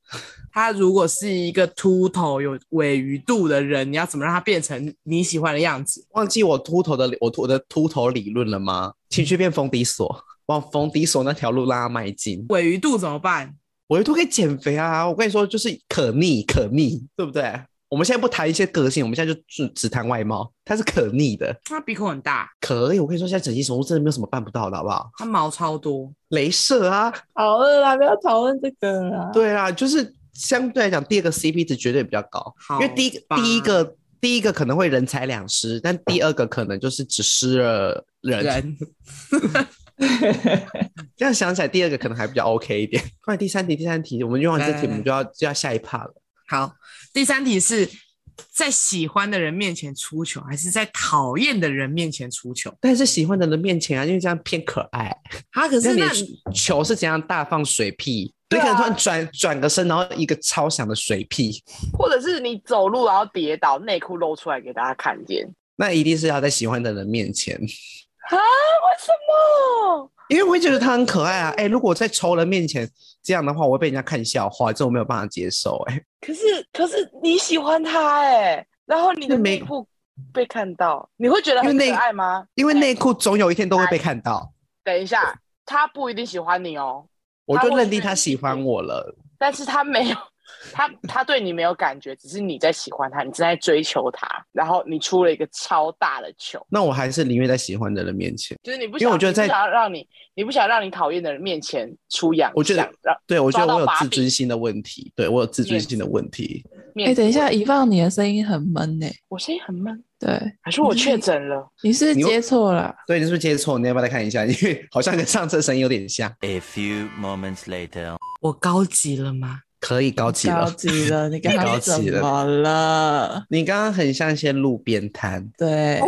[SPEAKER 1] 他如果是一个秃头有尾鱼肚的人，你要怎么让他变成你喜欢的样子？
[SPEAKER 2] 忘记我秃头的我秃我的秃头理论了吗？情绪变封底锁，往封底锁那条路让它迈进。
[SPEAKER 1] 尾鱼肚怎么办？
[SPEAKER 2] 我都可以减肥啊！我跟你说，就是可逆可逆，对不对？我们现在不谈一些个性，我们现在就只只谈外貌，它是可逆的，
[SPEAKER 1] 他鼻孔很大，
[SPEAKER 2] 可以。我跟你说，现在整形手术真的没有什么办不到的，好不好？
[SPEAKER 1] 他毛超多。
[SPEAKER 2] 镭射啊，
[SPEAKER 3] 好了啦，不要讨论这个啦。，
[SPEAKER 2] 对啊，就是相对来讲，第二个 CP 值绝对比较高，因为第一
[SPEAKER 1] 好
[SPEAKER 2] 个
[SPEAKER 1] 吧
[SPEAKER 2] 第一个第一个可能会人财两失，但第二个可能就是只失了人。
[SPEAKER 1] 人，
[SPEAKER 2] 这样想起来，第二个可能还比较 OK 一点。 快第三题，第三题，我们用完这
[SPEAKER 1] 来
[SPEAKER 2] 题，
[SPEAKER 1] 来
[SPEAKER 2] 我们就要就要下一趴了。
[SPEAKER 1] 好，第三题是在喜欢的人面前出糗，还是在讨厌的人面前出糗？
[SPEAKER 2] 但是喜欢的人面前啊，因为这样偏可爱。
[SPEAKER 1] 啊，可
[SPEAKER 2] 那啊
[SPEAKER 1] 是
[SPEAKER 2] 你
[SPEAKER 1] 那
[SPEAKER 2] 的球是怎样大放水屁？你可能突然转转个身，然后一个超响的水屁，
[SPEAKER 6] 或者是你走路然后跌倒，内裤露出来给大家看见，
[SPEAKER 2] 那一定是要在喜欢的人面前，
[SPEAKER 6] 为什么？
[SPEAKER 2] 因为我会觉得他很可爱啊。哎、如果在仇人面前这样的话，我会被人家看笑话，这我没有办法接受、哎，
[SPEAKER 6] 可是可是你喜欢他哎、然后你的
[SPEAKER 2] 那没
[SPEAKER 6] 内裤被看到，你会觉得
[SPEAKER 2] 因为
[SPEAKER 6] 很可
[SPEAKER 2] 内
[SPEAKER 6] 爱吗？
[SPEAKER 2] 因为内裤总有一天都会被看到，
[SPEAKER 6] 等一下，他不一定喜欢你哦，
[SPEAKER 2] 我就认定他喜欢我了。
[SPEAKER 6] 但是他没有，他他对你没有感觉，只是你在喜欢他，你正在追求他，然后你出了一个超大的糗，
[SPEAKER 2] 那我还是宁愿在喜欢的人面前。
[SPEAKER 6] 就是你不
[SPEAKER 2] 因为
[SPEAKER 6] 想，
[SPEAKER 2] 我觉得
[SPEAKER 6] 你不
[SPEAKER 2] 在
[SPEAKER 6] 想要让你，你不想让你讨厌的人面前出洋相，
[SPEAKER 2] 我觉得
[SPEAKER 6] 让
[SPEAKER 2] 对，我觉得
[SPEAKER 6] 抓到
[SPEAKER 2] 我有
[SPEAKER 6] 把
[SPEAKER 2] 自
[SPEAKER 6] 柄
[SPEAKER 2] 尊心的问题，对我有自尊心的问题。
[SPEAKER 6] 面
[SPEAKER 3] 哎，等一下，遗忘你的声音很闷呢。
[SPEAKER 6] 我声音很闷，
[SPEAKER 3] 对，
[SPEAKER 6] 还是我确诊了？
[SPEAKER 3] 你是
[SPEAKER 2] 你又
[SPEAKER 3] 接错了，
[SPEAKER 2] 对，你是不是接错？你要不要再看一下？因为好像跟上次的声音有点像，
[SPEAKER 7] A few moments later.
[SPEAKER 1] 我高级了吗？
[SPEAKER 2] 可以高级
[SPEAKER 3] 高
[SPEAKER 2] 了。
[SPEAKER 3] 级了，你刚
[SPEAKER 2] 高
[SPEAKER 3] 刚
[SPEAKER 2] 级
[SPEAKER 3] 怎
[SPEAKER 2] 了
[SPEAKER 3] 么了？
[SPEAKER 2] 你刚刚很像一些路边摊，
[SPEAKER 3] 对，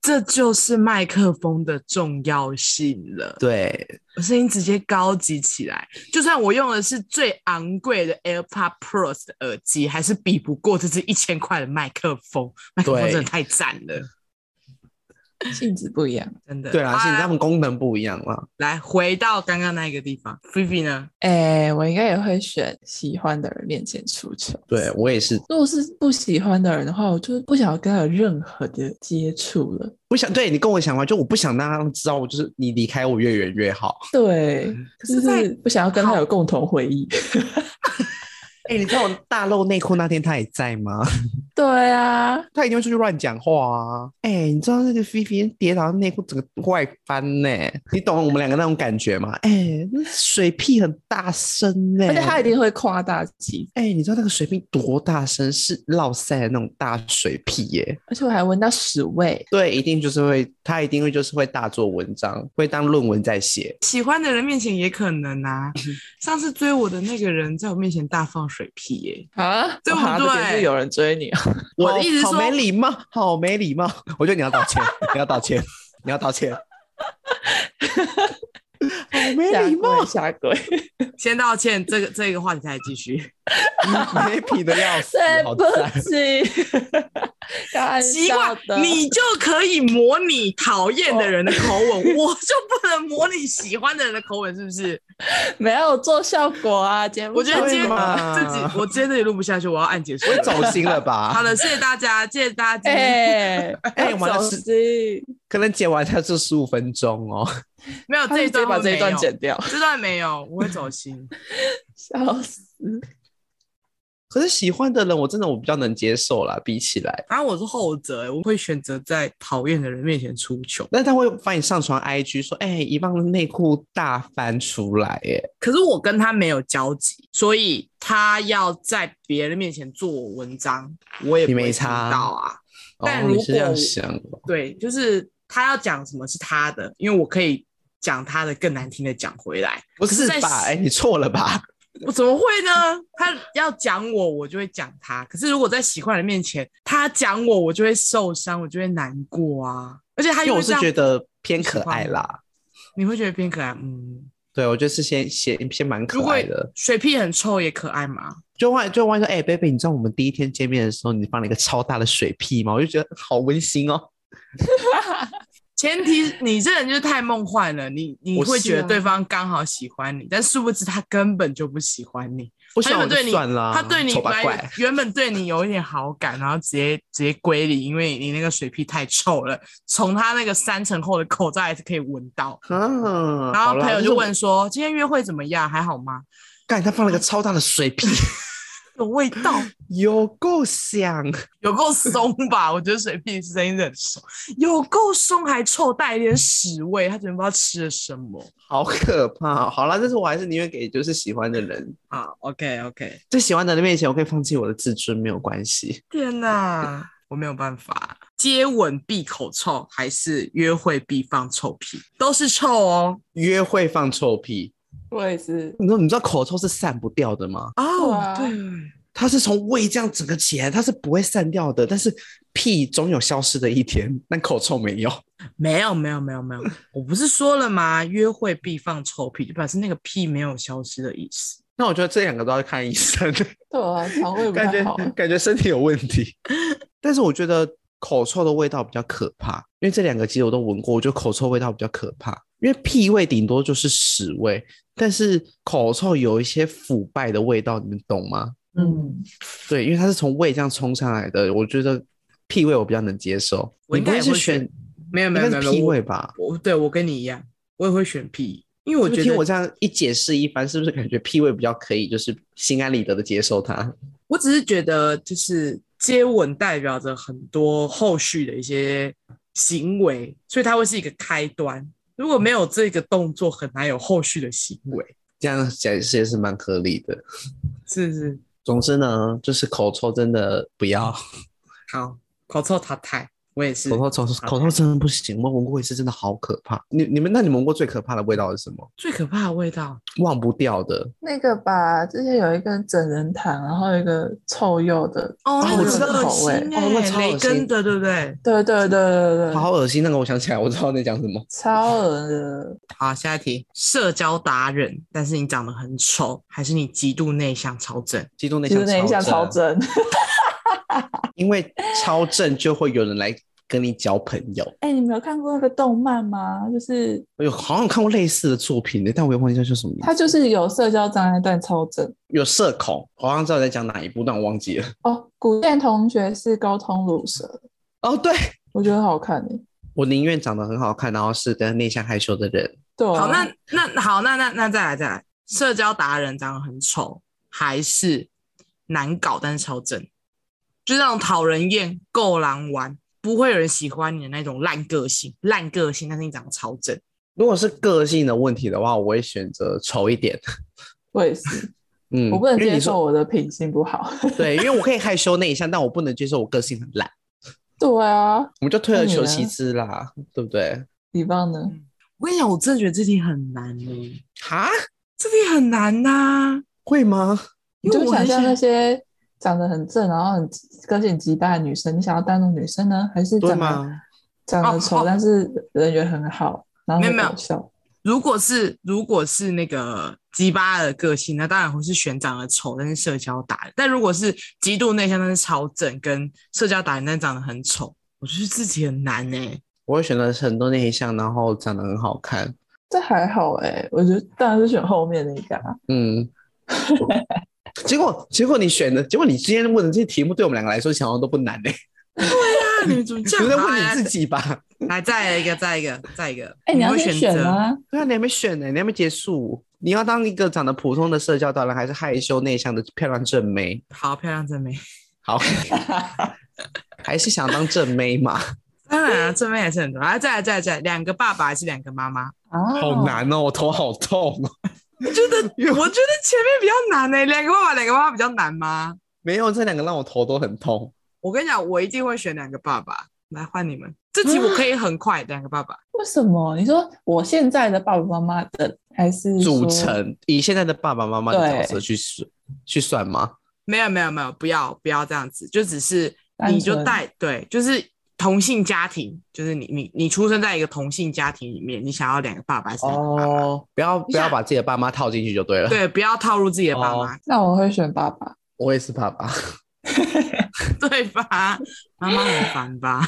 [SPEAKER 1] 这就是麦克风的重要性了。
[SPEAKER 2] 对，
[SPEAKER 1] 我声音直接高级起来，就算我用的是最昂贵的 AirPod Pro 的耳机，还是比不过这支一千块的麦克风。麦克风
[SPEAKER 2] 对
[SPEAKER 1] 真的太赞了，
[SPEAKER 3] 性质不一样。
[SPEAKER 1] 真的。
[SPEAKER 2] 对
[SPEAKER 6] 啊
[SPEAKER 1] 好
[SPEAKER 2] 啦，
[SPEAKER 1] 啊
[SPEAKER 2] 是他们功能不一样啦。
[SPEAKER 1] 来回到刚刚那一个地方，Vivi 呢？
[SPEAKER 3] 哎，我应该也会选喜欢的人面前出糗。
[SPEAKER 2] 对我也是
[SPEAKER 3] 如果是不喜欢的人的话，我就是不想要跟他有任何的接触了。
[SPEAKER 2] 不想，对你跟我想法，就我不想让他们知道，我就是你离开我越远越好。
[SPEAKER 3] 对，
[SPEAKER 1] 可
[SPEAKER 3] 就是
[SPEAKER 1] 在
[SPEAKER 3] 是不想要跟他有共同回忆。
[SPEAKER 2] 哎、你知道我大露内裤那天他也在吗？
[SPEAKER 3] 对啊，
[SPEAKER 2] 他一定会出去乱讲话啊！哎、你知道那个菲菲跌倒，内裤整个外翻呢、你懂我们两个那种感觉吗？哎、那水屁很大声呢、
[SPEAKER 3] 而且他一定会夸大其词，
[SPEAKER 2] 哎、你知道那个水屁多大声？是落塞的那种大水屁耶、
[SPEAKER 3] 而且我还闻到屎味。
[SPEAKER 2] 对，一定就是会，他一定会就是会大做文章，会当论文在写。
[SPEAKER 1] 喜欢的人面前也可能啊。
[SPEAKER 3] 嗯
[SPEAKER 1] 上次追我的那个人在我面前大放水屁耶、
[SPEAKER 3] 啊，
[SPEAKER 1] 对不
[SPEAKER 3] 哇这边
[SPEAKER 1] 对
[SPEAKER 3] 是有人追你啊？
[SPEAKER 1] 我
[SPEAKER 2] 好
[SPEAKER 1] 的意思是
[SPEAKER 2] 好
[SPEAKER 1] 说
[SPEAKER 2] 没礼貌，好没礼貌。我觉得你要道歉，你要道歉，你要道歉。 好没
[SPEAKER 3] 下
[SPEAKER 2] 礼貌
[SPEAKER 3] 跪，下跪，
[SPEAKER 1] 先道歉，这个这个话题再来继续。
[SPEAKER 2] 没品的要 死，
[SPEAKER 3] 对
[SPEAKER 2] 好
[SPEAKER 3] 不
[SPEAKER 2] 赞。
[SPEAKER 3] 起，开玩
[SPEAKER 1] 奇
[SPEAKER 3] 笑
[SPEAKER 1] 怪
[SPEAKER 3] 的。，
[SPEAKER 1] 你就可以模拟讨厌的人的口吻，
[SPEAKER 3] 哦
[SPEAKER 1] 我就不能模拟喜欢的人的口吻，是不是？
[SPEAKER 3] 没有做效果啊？节目
[SPEAKER 1] 我觉得今天
[SPEAKER 3] 效果
[SPEAKER 2] 嘛
[SPEAKER 1] 自己，我今天这里录不下去，我要按结束
[SPEAKER 2] 我
[SPEAKER 1] 了。
[SPEAKER 2] 走心了
[SPEAKER 1] 好
[SPEAKER 2] 吧？
[SPEAKER 1] 了，谢谢大家，谢谢大家。
[SPEAKER 3] 哎
[SPEAKER 2] 哎完了
[SPEAKER 3] 走
[SPEAKER 2] 是
[SPEAKER 3] 心
[SPEAKER 2] 可能剪完它是十五分钟哦。
[SPEAKER 1] 没有
[SPEAKER 3] 他
[SPEAKER 1] 啊这
[SPEAKER 3] 就
[SPEAKER 1] 一
[SPEAKER 3] 直接
[SPEAKER 1] 段
[SPEAKER 3] 把
[SPEAKER 1] 会
[SPEAKER 3] 这一段
[SPEAKER 1] 没有
[SPEAKER 3] 剪掉，
[SPEAKER 1] 这段没有，我会走心。
[SPEAKER 3] 笑死！
[SPEAKER 2] 可是喜欢的人，我真的我比较能接受啦，比起来，
[SPEAKER 1] 然后我是后者、我会选择在讨厌的人面前出糗。
[SPEAKER 2] 但是他会把你上传 IG 说，哎、一忘内裤大翻出来，耶。
[SPEAKER 1] 可是我跟他没有交集，所以他要在别人面前做我文章，我也不
[SPEAKER 2] 你
[SPEAKER 1] 会
[SPEAKER 2] 没
[SPEAKER 1] 听
[SPEAKER 2] 差
[SPEAKER 1] 到啊。但
[SPEAKER 2] 哦，
[SPEAKER 1] 如
[SPEAKER 2] 你是这样
[SPEAKER 1] 果
[SPEAKER 2] 想的
[SPEAKER 1] 对，就是他要讲什么是他的，因为我可以讲他的更难听的讲回来。
[SPEAKER 2] 不
[SPEAKER 1] 可
[SPEAKER 2] 是
[SPEAKER 1] 在
[SPEAKER 2] 吧？哎、你错了吧？
[SPEAKER 1] 我怎么会呢？他要讲我，我就会讲他。可是如果在喜欢的人面前，他讲我，我就会受伤，我就会难过啊。而且他
[SPEAKER 2] 因为
[SPEAKER 1] 又
[SPEAKER 2] 我
[SPEAKER 1] 这
[SPEAKER 2] 是
[SPEAKER 1] 样
[SPEAKER 2] 觉，得偏可爱啦。
[SPEAKER 1] 你会觉得变可爱。嗯，
[SPEAKER 2] 对，我觉得是先先先蛮可
[SPEAKER 1] 如果
[SPEAKER 2] 爱的。
[SPEAKER 1] 水屁很臭也可爱嘛。
[SPEAKER 2] 就万就万说，哎、b a b y 你知道我们第一天见面的时候，你放了一个超大的水屁吗？我就觉得好温馨哦。
[SPEAKER 1] 前提你这人就是太梦幻了，你你
[SPEAKER 2] 我
[SPEAKER 1] 会
[SPEAKER 2] 是
[SPEAKER 1] 觉得
[SPEAKER 2] 啊
[SPEAKER 1] 对方刚好喜欢你，但殊不知他根本就不喜欢你。
[SPEAKER 2] 不
[SPEAKER 1] 他
[SPEAKER 2] 喜
[SPEAKER 1] 原本
[SPEAKER 2] 欢我就
[SPEAKER 1] 对你，
[SPEAKER 2] 算啦，
[SPEAKER 1] 他对你
[SPEAKER 2] 丑八
[SPEAKER 1] 本来
[SPEAKER 2] 怪。
[SPEAKER 1] 原本对你有一点好感，然后直接直接归零，因为你那个水屁太臭了，从他那个三层厚的口罩还是可以闻到。
[SPEAKER 2] 啊，
[SPEAKER 1] 然
[SPEAKER 2] 好
[SPEAKER 1] 后
[SPEAKER 2] 啦
[SPEAKER 1] 朋友
[SPEAKER 2] 是
[SPEAKER 1] 就
[SPEAKER 2] 我
[SPEAKER 1] 问说：“今天约会怎么样？还好吗
[SPEAKER 2] 干，他放了个超大的 水屁，？”
[SPEAKER 1] 有味道，
[SPEAKER 2] 有够香。
[SPEAKER 1] 有够松吧？ 我觉得水屁声音很松，有够松还臭，带一点屎味。他昨天不知道吃了什么
[SPEAKER 2] 好可怕、好啦，但是我还是宁愿给就是喜欢的人，
[SPEAKER 1] 啊？OK OK，
[SPEAKER 2] 在喜欢的人面前，我可以放弃我的自尊，没有关系。
[SPEAKER 1] 天哪，我没有办法。接吻必口臭，还是约会必放臭屁？都是臭哦。
[SPEAKER 2] 约会放臭屁，
[SPEAKER 3] 我也是，
[SPEAKER 2] 你知道你知道口臭是散不掉的吗？
[SPEAKER 1] 哦、
[SPEAKER 3] 啊
[SPEAKER 1] 对，
[SPEAKER 2] 它是从胃这样整个起来，它是不会散掉的。但是屁总有消失的一天，但口臭没有。
[SPEAKER 1] 没有没有没有没有，我不是说了吗？约会必放臭屁，就表示那个屁没有消失的意思。
[SPEAKER 2] 那我觉得这两个都要看医生，
[SPEAKER 3] 对啊，肠胃不
[SPEAKER 2] 感
[SPEAKER 3] 太
[SPEAKER 2] 觉
[SPEAKER 3] 好啊。
[SPEAKER 2] 感觉身体有问 题。但是我觉得口臭的味道比较可怕，因为这两个其实我都闻过，我觉得口臭味道比较可怕。因为屁味顶多就是屎味，但是口臭有一些腐败的味道，你们懂吗？
[SPEAKER 3] 嗯，
[SPEAKER 2] 对，因为它是从胃这样冲上来的，我觉得屁味我比较能接受。
[SPEAKER 1] 我
[SPEAKER 2] 你
[SPEAKER 1] 应
[SPEAKER 2] 不
[SPEAKER 1] 该
[SPEAKER 2] 会
[SPEAKER 1] 也
[SPEAKER 2] 是
[SPEAKER 1] 会
[SPEAKER 2] 选
[SPEAKER 1] 选没有没有
[SPEAKER 2] 应
[SPEAKER 1] 没
[SPEAKER 2] 该
[SPEAKER 1] 有，
[SPEAKER 2] 是
[SPEAKER 1] 没
[SPEAKER 2] 屁
[SPEAKER 1] 有
[SPEAKER 2] 味吧？
[SPEAKER 1] 我我对我跟你一样，我也会选屁，因为我
[SPEAKER 2] 就
[SPEAKER 1] 觉
[SPEAKER 2] 听
[SPEAKER 1] 得
[SPEAKER 2] 我这样一解释一番，是不是感觉屁味比较可以，就是心安理得的接受它？
[SPEAKER 1] 我只是觉得，就是接吻代表着很多后续的一些行为，所以它会是一个开端。如果没有这个动作，很难有后续的行为。
[SPEAKER 2] 这样解释也是蛮合理的。
[SPEAKER 1] 是不是，
[SPEAKER 2] 总之呢，就是口臭真的不要，
[SPEAKER 1] 好，口臭塔太，我也嗯是。
[SPEAKER 2] 口臭口口臭真的不行。我闻过一次，真的好可怕。你你们那你们闻过最可怕的味道是什么？
[SPEAKER 1] 最可怕的味道，
[SPEAKER 2] 忘不掉的。
[SPEAKER 3] 那个吧，之前有一个整人堂，然后有一个臭鼬的，
[SPEAKER 1] 哦，那
[SPEAKER 2] 我
[SPEAKER 1] 个
[SPEAKER 2] 知道
[SPEAKER 1] 很恶
[SPEAKER 3] 口味
[SPEAKER 1] 心
[SPEAKER 2] 哦那
[SPEAKER 1] 哎，
[SPEAKER 2] 超恶
[SPEAKER 1] 雷根
[SPEAKER 2] 心
[SPEAKER 1] 的，对不对？
[SPEAKER 3] 对对对对对，
[SPEAKER 2] 好恶心，那个我想起来，我知道你在讲什么。
[SPEAKER 3] 超恶的，
[SPEAKER 1] 好，下一题，社交达人，但是你长得很丑，还是你极度内向超正？
[SPEAKER 2] 激动那
[SPEAKER 3] 其实那一下超
[SPEAKER 2] 正，
[SPEAKER 3] 真。
[SPEAKER 2] 因为超正就会有人来跟你交朋友。
[SPEAKER 3] 哎，你没有看过那个动漫吗？就是
[SPEAKER 2] 哎呦，好像看过类似的作品的，但我也忘记叫什么名字。
[SPEAKER 3] 他就是有社交障碍，但超真。
[SPEAKER 2] 有社恐，我好像知道你在讲哪一部，但我忘记了。
[SPEAKER 3] 哦，古剑同学是沟通乳蛇，
[SPEAKER 2] 哦，对，
[SPEAKER 3] 我觉得很好看欸诶。
[SPEAKER 2] 我宁愿长得很好看，然后是个内向害羞的人。
[SPEAKER 3] 对啊，
[SPEAKER 1] 好，那那好，那那那再来再来，社交达人长得很丑，还是难搞但是超正，就是那种讨人厌、够狼玩，不会有人喜欢你的那种烂个性，烂个性，但是你长得超正。
[SPEAKER 2] 如果是个性的问题的话，我会选择丑一点。
[SPEAKER 3] 我也是，
[SPEAKER 2] 嗯，
[SPEAKER 3] 我不能
[SPEAKER 2] 因为
[SPEAKER 3] 接
[SPEAKER 2] 你说
[SPEAKER 3] 受我的品性不好。
[SPEAKER 2] 对，因为我可以害羞内向，但我不能接受我个性很懒，
[SPEAKER 3] 对啊，
[SPEAKER 2] 我们就退而
[SPEAKER 3] 那你
[SPEAKER 2] 求
[SPEAKER 3] 呢
[SPEAKER 2] 其次啦，对不对？
[SPEAKER 3] 你方呢？
[SPEAKER 1] 我跟你讲，我真的觉得这题很难欸呢、
[SPEAKER 2] 哈，
[SPEAKER 1] 这题很难啊呐、
[SPEAKER 2] 会吗？
[SPEAKER 3] 你
[SPEAKER 1] 因为
[SPEAKER 3] 就
[SPEAKER 1] 我
[SPEAKER 3] 想
[SPEAKER 1] 很
[SPEAKER 3] 象
[SPEAKER 1] 想
[SPEAKER 3] 那些长得很正，然后很个性极大的女生，你想要当那种女生呢，还是
[SPEAKER 2] 对
[SPEAKER 3] 长得
[SPEAKER 2] 吗？
[SPEAKER 3] 长
[SPEAKER 1] 哦
[SPEAKER 3] 得丑
[SPEAKER 1] 哦
[SPEAKER 3] 但是人缘很好，然后
[SPEAKER 1] 没有
[SPEAKER 3] 很
[SPEAKER 1] 没有
[SPEAKER 3] 搞笑？
[SPEAKER 1] 如果是如果是那个鸡巴的个性，那当然会是选长得丑但是社交达人。但如果是极度内向但是超正，跟社交达人但长得很丑，我觉得自己很难欸呢、
[SPEAKER 2] 我会选择很多内向，然后长得很好看。
[SPEAKER 3] 这还好哎，我觉得当然是选后面那个啊。
[SPEAKER 2] 嗯，结果结果你选的，结果你今天问的这些题目，对我们两个来说，想像都不难欸呢、
[SPEAKER 1] 那你们怎么这
[SPEAKER 2] 你在
[SPEAKER 1] 样？好啊
[SPEAKER 2] 问
[SPEAKER 1] 来
[SPEAKER 2] 你自己吧？
[SPEAKER 1] 来来，再来一个，再来一个，再来一个。
[SPEAKER 3] 哎，你要
[SPEAKER 1] 会
[SPEAKER 3] 先选
[SPEAKER 1] 择
[SPEAKER 3] 啊，
[SPEAKER 2] 对啊，你还没选呢、你还没结束。你要当一个长得普通的社交达人，还是害羞内向的漂亮正妹？
[SPEAKER 1] 好漂亮正妹，
[SPEAKER 2] 好，还是想当正妹嘛？
[SPEAKER 1] 当然啊，正妹还是很多。啊，再来，再来，再来，两个爸爸还是两个妈妈？
[SPEAKER 3] 啊，
[SPEAKER 2] 好。难哦，我头好痛哦。
[SPEAKER 1] 我觉得，我觉得前面比较难呢、欸两个爸爸，两个妈妈比较难吗？
[SPEAKER 2] 没有，这两个让我头都很痛。
[SPEAKER 1] 我跟你讲，我一定会选两个爸爸。来换你们，这题我可以很快，两个爸爸。
[SPEAKER 3] 为什么？你说我现在的爸爸妈妈的还是
[SPEAKER 2] 组
[SPEAKER 3] 说？
[SPEAKER 2] 成以现在的爸爸妈妈的角
[SPEAKER 3] 对
[SPEAKER 2] 色去算去算吗？
[SPEAKER 1] 没有没有没有，不要不要这样子，就只是
[SPEAKER 3] 单
[SPEAKER 1] 你就
[SPEAKER 3] 纯
[SPEAKER 1] 带对，就是同性家庭，就是你你你出生在一个同性家庭里面，你想要两个爸爸是两个爸爸，
[SPEAKER 2] 哦，不要不
[SPEAKER 1] 你想
[SPEAKER 2] 要把自己的爸妈套进去就对了。，
[SPEAKER 1] 对，不要套入自己的爸
[SPEAKER 2] 哦
[SPEAKER 1] 妈，
[SPEAKER 3] 那我会选爸爸。
[SPEAKER 2] 我也是爸爸。
[SPEAKER 1] 对吧？妈妈很烦吧？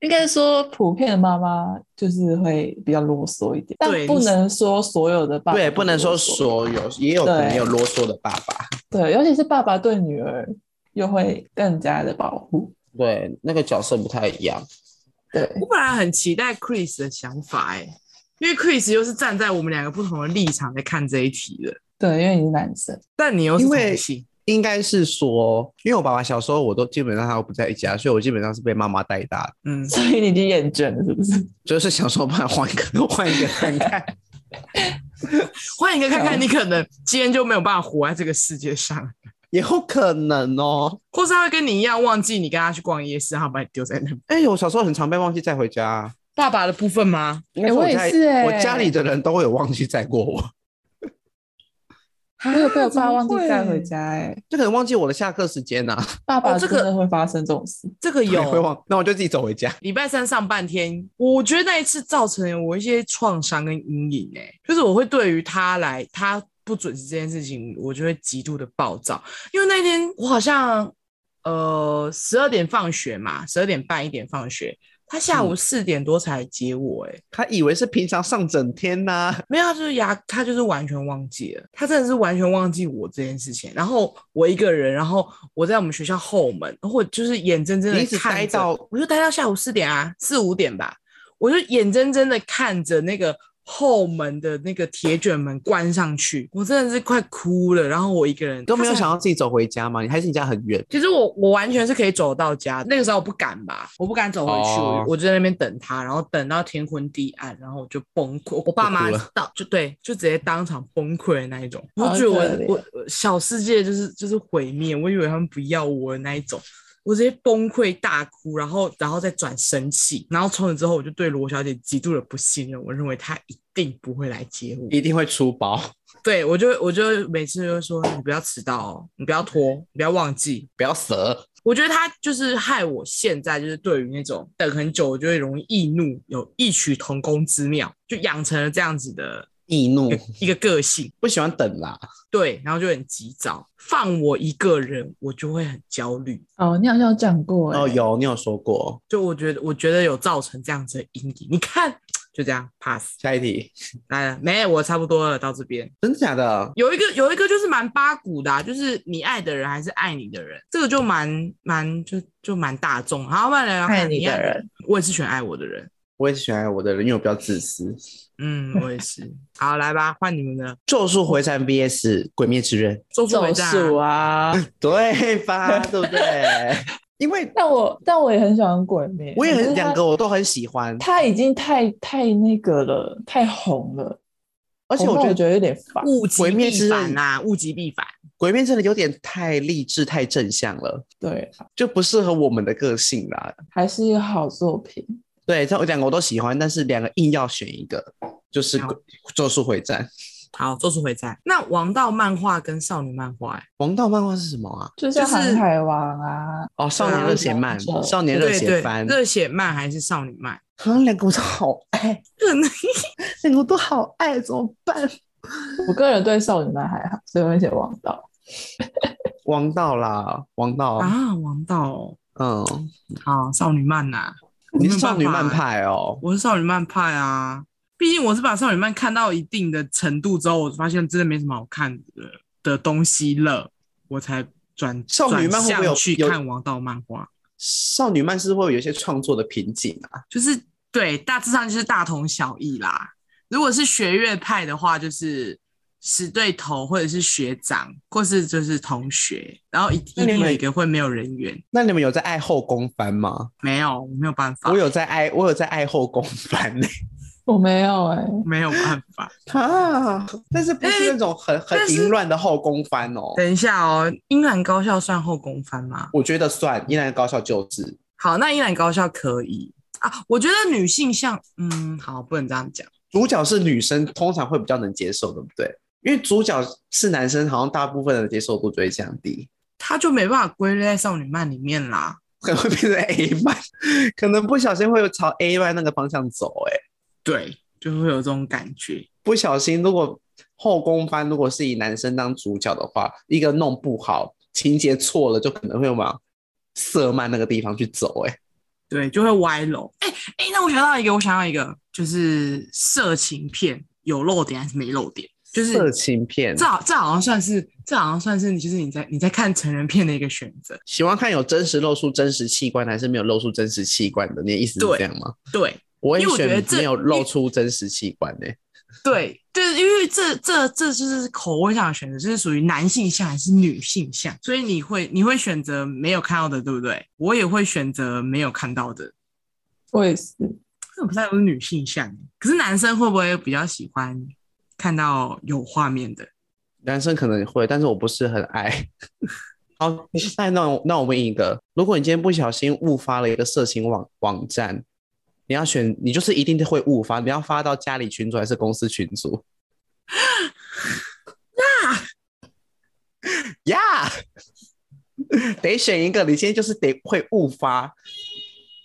[SPEAKER 3] 应该说，普遍的妈妈就是会比较啰嗦一点，但
[SPEAKER 1] 对
[SPEAKER 3] 不
[SPEAKER 1] 你是
[SPEAKER 3] 能说所有的爸爸
[SPEAKER 2] 对，
[SPEAKER 3] 都
[SPEAKER 2] 不能说
[SPEAKER 3] 啰嗦
[SPEAKER 2] 所有，也有可能
[SPEAKER 3] 对
[SPEAKER 2] 有啰嗦的爸爸。
[SPEAKER 3] 对，尤其是爸爸对女儿又会更加的保护。
[SPEAKER 2] 对，那个角色不太一样。
[SPEAKER 3] 对，
[SPEAKER 1] 我本来很期待 Chris 的想法、欸，因为 Chris 又是站在我们两个不同的立场在看这一题的，
[SPEAKER 3] 对，因为你是男生，
[SPEAKER 1] 但你又是
[SPEAKER 2] 因为
[SPEAKER 1] 同性，
[SPEAKER 2] 应该是说，因为我爸爸小时候我都基本上他都不在家，所以我基本上是被妈妈带大的，
[SPEAKER 1] 嗯，
[SPEAKER 3] 所以你已经厌倦了，是不是？
[SPEAKER 2] 就是想说把换一个换一个看 看。
[SPEAKER 1] 换一个看看，
[SPEAKER 3] 好
[SPEAKER 1] 啊你可能今天就没有办法活在这个世界上。
[SPEAKER 2] 也有可能哦。
[SPEAKER 1] 或是他会跟你一样忘记你跟他去逛夜市，然后把你丢在那。
[SPEAKER 2] 哎、我小时候很常被忘记载回家、啊，
[SPEAKER 1] 爸爸的部分吗？
[SPEAKER 2] 应该是我
[SPEAKER 3] 我也
[SPEAKER 2] 家里
[SPEAKER 3] 是哎
[SPEAKER 2] 我家里的人都会有忘记载过我，啊
[SPEAKER 3] 我有被我
[SPEAKER 1] 怎
[SPEAKER 3] 爸
[SPEAKER 1] 么
[SPEAKER 3] 忘记带
[SPEAKER 1] 会
[SPEAKER 3] 回家哎、
[SPEAKER 2] 就可能忘记我的下课时间呐、啊，
[SPEAKER 3] 爸爸
[SPEAKER 1] 这
[SPEAKER 3] 真
[SPEAKER 1] 个
[SPEAKER 3] 的会发生这种事。
[SPEAKER 1] 这个
[SPEAKER 2] 也会
[SPEAKER 1] 有。
[SPEAKER 2] 忘，那我就自己走回家。
[SPEAKER 1] 礼拜三上半天，我觉得那一次造成我一些创伤跟阴影、欸，就是我会对于他来他不准时这件事情，我就会极度的暴躁，因为那天我好像呃十二点放学嘛，十二点半一点放学，他下午四点多才接我、欸，
[SPEAKER 2] 他以为是平常上整天呐、
[SPEAKER 1] 没有，他就是牙，他就是完全忘记了，他真的是完全忘记我这件事情。然后我一个人，然后我在我们学校后门，然后我就是眼睁睁
[SPEAKER 2] 你
[SPEAKER 1] 的
[SPEAKER 2] 一直
[SPEAKER 1] 看
[SPEAKER 2] 待
[SPEAKER 1] 着
[SPEAKER 2] 到
[SPEAKER 1] 我就待到下午四点啊，四五点吧，我就眼睁睁的看着那个后门的那个铁卷门关上去，我真的是快哭了。然后我一个人
[SPEAKER 2] 都没有
[SPEAKER 1] 他才
[SPEAKER 2] 想要自己走回家吗？你还是你家很远？
[SPEAKER 1] 其实我我完全是可以走到家，那个时候我不敢吧，我不敢走回去，
[SPEAKER 2] 哦
[SPEAKER 1] 我就在那边等他，然后等到天昏地暗，然后我就崩溃，我爸
[SPEAKER 2] 就哭
[SPEAKER 1] 妈
[SPEAKER 2] 了
[SPEAKER 1] 到就对，就直接当场崩溃的那一种，我
[SPEAKER 3] 好
[SPEAKER 1] 就觉
[SPEAKER 3] 可
[SPEAKER 1] 得
[SPEAKER 3] 怜
[SPEAKER 1] 我我我小世界就是就是毁灭，我以为他们不要我的那一种。我直接崩溃大哭，然后然后再转生气，然后从此之后我就对罗小姐极度的不信任，我认为她一定不会来接我。
[SPEAKER 2] 一定会出包，
[SPEAKER 1] 对我就我就每次就说你不要迟到哦，你不要拖，你不要忘记，
[SPEAKER 2] 不要折。
[SPEAKER 1] 我觉得他就是害我现在就是对于那种等很久，我就会容易易怒，有异曲同工之妙，就养成了这样子的
[SPEAKER 2] 易怒
[SPEAKER 1] 一，个 一个个性。
[SPEAKER 2] 不喜欢等啦。
[SPEAKER 1] 对，然后就很急躁，放我一个人，我就会很焦虑。
[SPEAKER 3] 哦，你好像有讲过、欸、
[SPEAKER 2] 哦，有你有说过。
[SPEAKER 1] 就我觉得，我觉得有造成这样子的阴影。你看，就这样 pass
[SPEAKER 2] 下一题，
[SPEAKER 1] 来了没？我差不多了，到这边
[SPEAKER 2] 真的假的？
[SPEAKER 1] 有一个有一个就是蛮八股的、啊，就是你爱的人还是爱你的人，这个就蛮蛮就就蛮大众。好，我们来聊
[SPEAKER 3] 爱
[SPEAKER 1] 看
[SPEAKER 3] 你的
[SPEAKER 1] 爱，
[SPEAKER 3] 人，
[SPEAKER 1] 我也是选爱我的人。
[SPEAKER 2] 我也是喜欢爱我的人，因为我比较自私。《
[SPEAKER 1] 嗯，我也是。好，来吧，换你们的《
[SPEAKER 2] 咒术回战》VS《鬼灭之刃
[SPEAKER 1] 咒术回
[SPEAKER 3] 咒
[SPEAKER 1] 战》
[SPEAKER 3] 术
[SPEAKER 1] 啊。
[SPEAKER 3] 啊！》，
[SPEAKER 2] 对吧？对不对？ 因为
[SPEAKER 3] 但我但我也很喜欢鬼灭，
[SPEAKER 2] 我也
[SPEAKER 3] 可
[SPEAKER 2] 很
[SPEAKER 3] 是它
[SPEAKER 2] 两个我都很喜欢，
[SPEAKER 3] 他已经太太那个了，太红了，
[SPEAKER 2] 而且
[SPEAKER 3] 红
[SPEAKER 2] 我
[SPEAKER 3] 到
[SPEAKER 2] 觉
[SPEAKER 3] 我
[SPEAKER 2] 得《
[SPEAKER 3] 觉得有点烦。
[SPEAKER 1] 啊物极
[SPEAKER 2] 鬼灭
[SPEAKER 1] 必
[SPEAKER 2] 之
[SPEAKER 1] 反
[SPEAKER 2] 刃
[SPEAKER 1] 呐、物极必反。
[SPEAKER 2] 鬼灭》真的有点太励志、太正向了，
[SPEAKER 3] 对，
[SPEAKER 2] 就不适合我们的个性啦。
[SPEAKER 3] 还是一个好作品。
[SPEAKER 2] 对，这两个我都喜欢，但是两个硬要选一个，就是
[SPEAKER 1] 好
[SPEAKER 2] 鬼《咒术回战》。
[SPEAKER 1] 好，咒术回战。那王道漫画跟少女漫画、欸，
[SPEAKER 2] 王道漫画是什么啊？
[SPEAKER 3] 就
[SPEAKER 1] 就是是
[SPEAKER 3] 航海王啊，
[SPEAKER 2] 哦，少
[SPEAKER 1] 对啊
[SPEAKER 2] 年热血漫，
[SPEAKER 3] 对
[SPEAKER 2] 少年热
[SPEAKER 1] 欸对
[SPEAKER 2] 血
[SPEAKER 1] 对
[SPEAKER 2] 番，，
[SPEAKER 1] 热血漫还是少女漫？
[SPEAKER 2] 好像两个我都好 爱，两个我都好爱，怎么办？
[SPEAKER 3] 我个人对少女漫还好，所以我会写王道。
[SPEAKER 2] 王道啦，王道，
[SPEAKER 1] 啊，王道、哦。
[SPEAKER 2] 嗯，
[SPEAKER 1] 好，少女漫呐、
[SPEAKER 2] 你是少女漫
[SPEAKER 1] 我没有办法欸
[SPEAKER 2] 派哦，
[SPEAKER 1] 我是少女漫派啊。毕竟我是把少女漫看到一定的程度之后，我发现真的没什么好看的的东西了，我才转
[SPEAKER 2] 少女漫会不会
[SPEAKER 1] 转向
[SPEAKER 2] 有
[SPEAKER 1] 去
[SPEAKER 2] 有
[SPEAKER 1] 看王道漫画。
[SPEAKER 2] 少女漫是会有一些创作的瓶颈啊，
[SPEAKER 1] 就是对，大致上就是大同小异啦。如果是学院派的话，就是死对头或者是学长，或是就是同学，然后一
[SPEAKER 2] 那
[SPEAKER 1] 一
[SPEAKER 2] 你
[SPEAKER 1] 定
[SPEAKER 2] 们
[SPEAKER 1] 有一个会没有人缘。
[SPEAKER 2] 那你们有在爱后宫番吗？
[SPEAKER 1] 没有，没有办法，
[SPEAKER 2] 我有在爱，我有在爱后宫 番欸呢、
[SPEAKER 3] 我没有哎、
[SPEAKER 1] 没有办法。
[SPEAKER 2] 啊，但是不是
[SPEAKER 1] 哎
[SPEAKER 2] 那种很、
[SPEAKER 1] 但
[SPEAKER 2] 很
[SPEAKER 1] 是
[SPEAKER 2] 淫乱的后宫番哦，
[SPEAKER 1] 等一下哦，英兰高校算后宫番吗？
[SPEAKER 2] 我觉得算，依然高校就是
[SPEAKER 1] 好，那英兰高校可以啊。我觉得女性像，嗯，好，不能这样讲。
[SPEAKER 2] 主角是女生，通常会比较能接受，对不对？因为主角是男生，好像大部分人的接受度就会降低，
[SPEAKER 1] 她就没办法归类在少女漫里面啦，
[SPEAKER 2] 可能会变成 A 漫，可能不小心会朝 A 漫那个方向走、欸。哎，
[SPEAKER 1] 对，就会有这种感觉。
[SPEAKER 2] 不小心如果后宫番如果是以男生当主角的话，一个弄不好，情节错了，就可能会往色漫那个地方去走、欸。哎，
[SPEAKER 1] 对，就会歪楼。哎、哎、那我想到一个，我想到一个，就是色情片有漏点还是没漏点？就是
[SPEAKER 2] 色情片
[SPEAKER 1] 这，好这好像算是这好像算是你就是你在你在看成人片的一个选择。
[SPEAKER 2] 喜欢看有真实露出真实器官，还是没有露出真实器官的？你的意思是
[SPEAKER 1] 对
[SPEAKER 2] 这样吗？
[SPEAKER 1] 对
[SPEAKER 2] 我也
[SPEAKER 1] 因为我觉得
[SPEAKER 2] 选
[SPEAKER 1] 这
[SPEAKER 2] 没有
[SPEAKER 1] 因
[SPEAKER 2] 露
[SPEAKER 1] 为
[SPEAKER 2] 出真实器官呢、欸
[SPEAKER 1] 对对，因为这这这就是口味上的选择，这是属于男性向还是女性向？所以你会你会选择没有看到的，对不对？我也会选择没有看到的。
[SPEAKER 3] 我也是。
[SPEAKER 1] 这不太有女性向，可是男生会不会比较喜欢看到有画面的？
[SPEAKER 2] 男生可能会，但是我不是很爱。好，那那我那我问一个，如果你今天不小心误发了一个色情网网站，你要选，你就是一定会误发，你要发到家里群组还是公司群 组？呀呀，得选一个，你今天就是得会误发，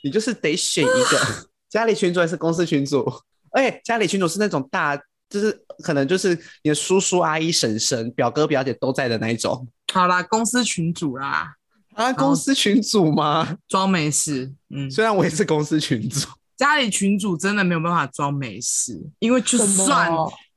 [SPEAKER 2] 你就是得选一
[SPEAKER 1] 啊
[SPEAKER 2] 个，家里群组还是公司群组？哎、家里群组是那种大，就是可能就是你的叔叔阿姨、婶婶、表哥表姐都在的那一种
[SPEAKER 1] 好啦，公司群主啦，
[SPEAKER 2] 啊，公司群组吗？
[SPEAKER 1] 装没事。嗯，
[SPEAKER 2] 虽然我也是公司群组，
[SPEAKER 1] 家里群主真的没有办法装没事，因为就
[SPEAKER 3] 什么
[SPEAKER 1] 算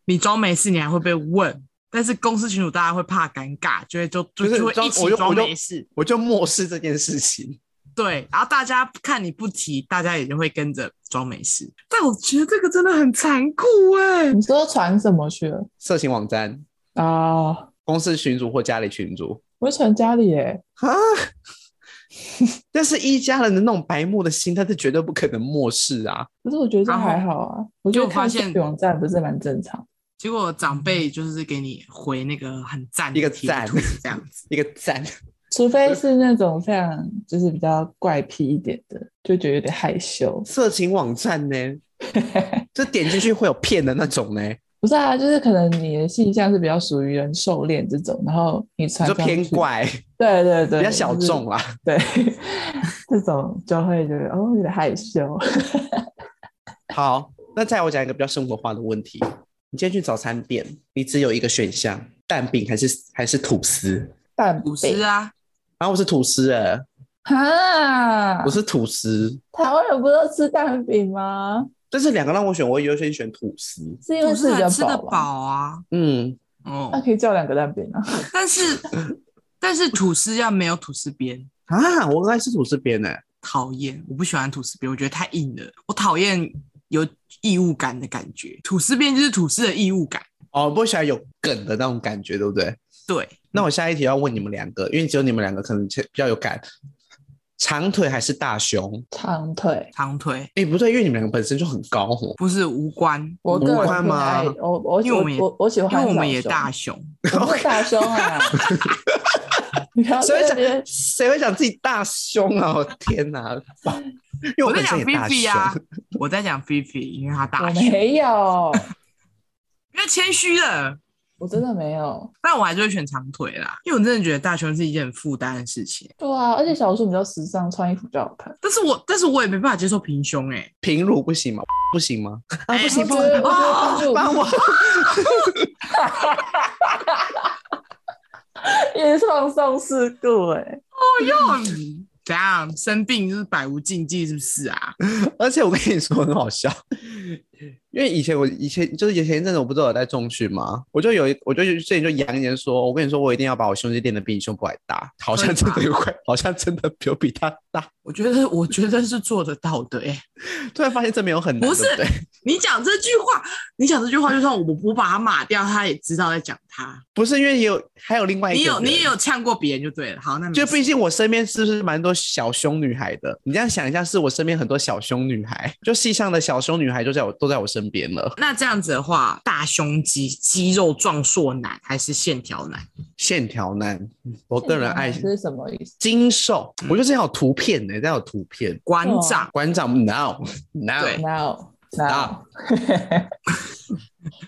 [SPEAKER 1] 你装没事，你还会被问。但是公司群主大家会怕尴尬，就会就就
[SPEAKER 2] 就是
[SPEAKER 1] 就会
[SPEAKER 2] 装
[SPEAKER 1] 一
[SPEAKER 2] 我
[SPEAKER 1] 起
[SPEAKER 2] 就
[SPEAKER 1] 装
[SPEAKER 2] 我就
[SPEAKER 1] 没事。
[SPEAKER 2] 我就漠视这件事情。
[SPEAKER 1] 对，然后大家看你不提，大家也就会跟着装没事。但我觉得这个真的很残酷哎、
[SPEAKER 3] 你说传什么去了
[SPEAKER 2] 色情网站、
[SPEAKER 3] 啊？
[SPEAKER 2] 公司群组或家里群组
[SPEAKER 3] 我会传家里欸耶、
[SPEAKER 2] 啊，但是一家人的那种白目的心，他是绝对不可能漠视啊。
[SPEAKER 3] 可是我觉得这
[SPEAKER 1] 然后
[SPEAKER 3] 还好啊，我觉
[SPEAKER 1] 就
[SPEAKER 3] 得
[SPEAKER 1] 我发
[SPEAKER 3] 看这
[SPEAKER 1] 现
[SPEAKER 3] 个网站不是蛮正常。
[SPEAKER 1] 结果长辈就是给你回那个很赞的
[SPEAKER 2] 一个
[SPEAKER 1] 贴
[SPEAKER 2] 赞
[SPEAKER 1] 图这样 子，
[SPEAKER 2] 一个赞，
[SPEAKER 3] 除非是那种非常就是比较怪癖一点的，就觉得有点害羞。
[SPEAKER 2] 色情网站呢，这点进去会有骗的那种呢，
[SPEAKER 3] 不是啊，就是可能你的性向是比较属于人兽恋这种，然后你传
[SPEAKER 2] 就
[SPEAKER 3] 上
[SPEAKER 2] 偏
[SPEAKER 3] 去，
[SPEAKER 2] 怪，
[SPEAKER 3] 对对对，
[SPEAKER 2] 比较小众
[SPEAKER 3] 就是
[SPEAKER 2] 啦。
[SPEAKER 3] 对，这种就会觉得哦有点害羞。
[SPEAKER 2] 好，那再我讲一个比较生活化的问题。你今天去早餐店，你只有一个选项，蛋饼还是还是吐司？
[SPEAKER 3] 但
[SPEAKER 1] 五十啊，
[SPEAKER 2] 然后我是吐司、欸，
[SPEAKER 3] 哈
[SPEAKER 2] 我，是吐司，
[SPEAKER 3] 台湾人不是都吃蛋饼吗？
[SPEAKER 2] 但是两个让我选，我会优先选吐司。
[SPEAKER 3] 是因为
[SPEAKER 1] 不
[SPEAKER 3] 吃
[SPEAKER 1] 是
[SPEAKER 3] 比较
[SPEAKER 1] 很吃得
[SPEAKER 3] 吧，
[SPEAKER 1] 饱啊，
[SPEAKER 2] 嗯，
[SPEAKER 1] 哦
[SPEAKER 3] 那、，可以叫两个蛋饼啊。
[SPEAKER 1] 但是但是吐司要没有吐司边，
[SPEAKER 2] 啊，我很爱吃吐司边呢、
[SPEAKER 1] 讨厌，我不喜欢吐司边，我觉得太硬了，我讨厌有异物感的感觉，吐司边就是吐司的异物感，
[SPEAKER 2] 哦，不喜欢有梗的那种感觉，对不对？
[SPEAKER 1] 对，
[SPEAKER 2] 那我下一题要问你们两个，因为只有你们两个可能比较有感。长腿还是大胸？
[SPEAKER 3] 长腿，
[SPEAKER 1] 长腿
[SPEAKER 2] 哎、不对，因为你们两个本身就很高哦。
[SPEAKER 1] 不是无关，
[SPEAKER 3] 我个
[SPEAKER 2] 我
[SPEAKER 3] 人
[SPEAKER 2] 看
[SPEAKER 3] 偏
[SPEAKER 2] 嘛
[SPEAKER 3] 爱我我
[SPEAKER 1] 因为我们也
[SPEAKER 3] 我我我喜
[SPEAKER 1] 因
[SPEAKER 3] 欢
[SPEAKER 1] 为我
[SPEAKER 3] 小
[SPEAKER 1] 们也
[SPEAKER 3] 胸
[SPEAKER 1] 大熊，
[SPEAKER 3] 我不是大 胸啊！你不要
[SPEAKER 2] 谁
[SPEAKER 3] 在那
[SPEAKER 2] 会
[SPEAKER 3] 边
[SPEAKER 2] 想，谁会想自己大胸啊？我天哪！因为
[SPEAKER 1] 我在
[SPEAKER 2] 本身
[SPEAKER 1] 讲
[SPEAKER 2] 也大
[SPEAKER 1] Fifi
[SPEAKER 2] 胸，
[SPEAKER 1] 啊，我在讲 Fifi，因为他大
[SPEAKER 3] 我
[SPEAKER 1] 熊，
[SPEAKER 3] 没有，
[SPEAKER 1] 不要谦虚了。
[SPEAKER 3] 我真的没有。
[SPEAKER 1] 但我还是会选长腿啦，因为我真的觉得大胸是一件很负担的事情。
[SPEAKER 3] 对啊，而且小胸比较时尚，穿衣服比较好看。
[SPEAKER 1] 但是我，但是我也没办法接受平胸哎、欸，
[SPEAKER 2] 平乳不行吗？ 不行吗？啊，
[SPEAKER 1] 哎
[SPEAKER 2] 不
[SPEAKER 1] 你
[SPEAKER 2] 行
[SPEAKER 3] 我
[SPEAKER 2] 不
[SPEAKER 3] 觉
[SPEAKER 2] 行！
[SPEAKER 3] 得，我
[SPEAKER 2] 啊
[SPEAKER 3] 觉得
[SPEAKER 2] 帮
[SPEAKER 3] 帮助
[SPEAKER 2] 我，
[SPEAKER 3] 也放送事故哎、
[SPEAKER 1] 哟，你怎样生病就是百无禁忌是不是啊？
[SPEAKER 2] 而且我跟你说很好笑，因为以前我以前就是以前一阵子我不是有在重训吗？我就有一我就之前就扬言说，我跟你说我一定要把我胸肌练得比你胸部还大，好像真的有快，好像真的有比他大。
[SPEAKER 1] 我觉得，我觉得是做得到的哎、
[SPEAKER 2] 突然发现这没有很难，
[SPEAKER 1] 不是
[SPEAKER 2] 对对
[SPEAKER 1] 你讲这句话，你讲这句话，就算我我把他码掉，他也知道在讲他。
[SPEAKER 2] 不是因为也有还有另外一
[SPEAKER 1] 你
[SPEAKER 2] 个
[SPEAKER 1] 有
[SPEAKER 2] 人，
[SPEAKER 1] 你也有呛过别人就对了。好，那没
[SPEAKER 2] 就
[SPEAKER 1] 事
[SPEAKER 2] 毕竟我身边是不是蛮多小胸女孩的？你这样想一下，是我身边很多小胸女孩， 就系上的小胸女孩就在我都在我身边了。
[SPEAKER 1] 那这样子的话，大胸肌肌肉壮硕男还是线条男？
[SPEAKER 2] 线条男，我个人爱
[SPEAKER 3] 这是什么意思？
[SPEAKER 2] 精瘦，我觉得这样有图片呢、欸，这样有图片。
[SPEAKER 1] 馆
[SPEAKER 3] 哦
[SPEAKER 1] 长，
[SPEAKER 2] 馆长 no no，
[SPEAKER 1] 对
[SPEAKER 3] no no，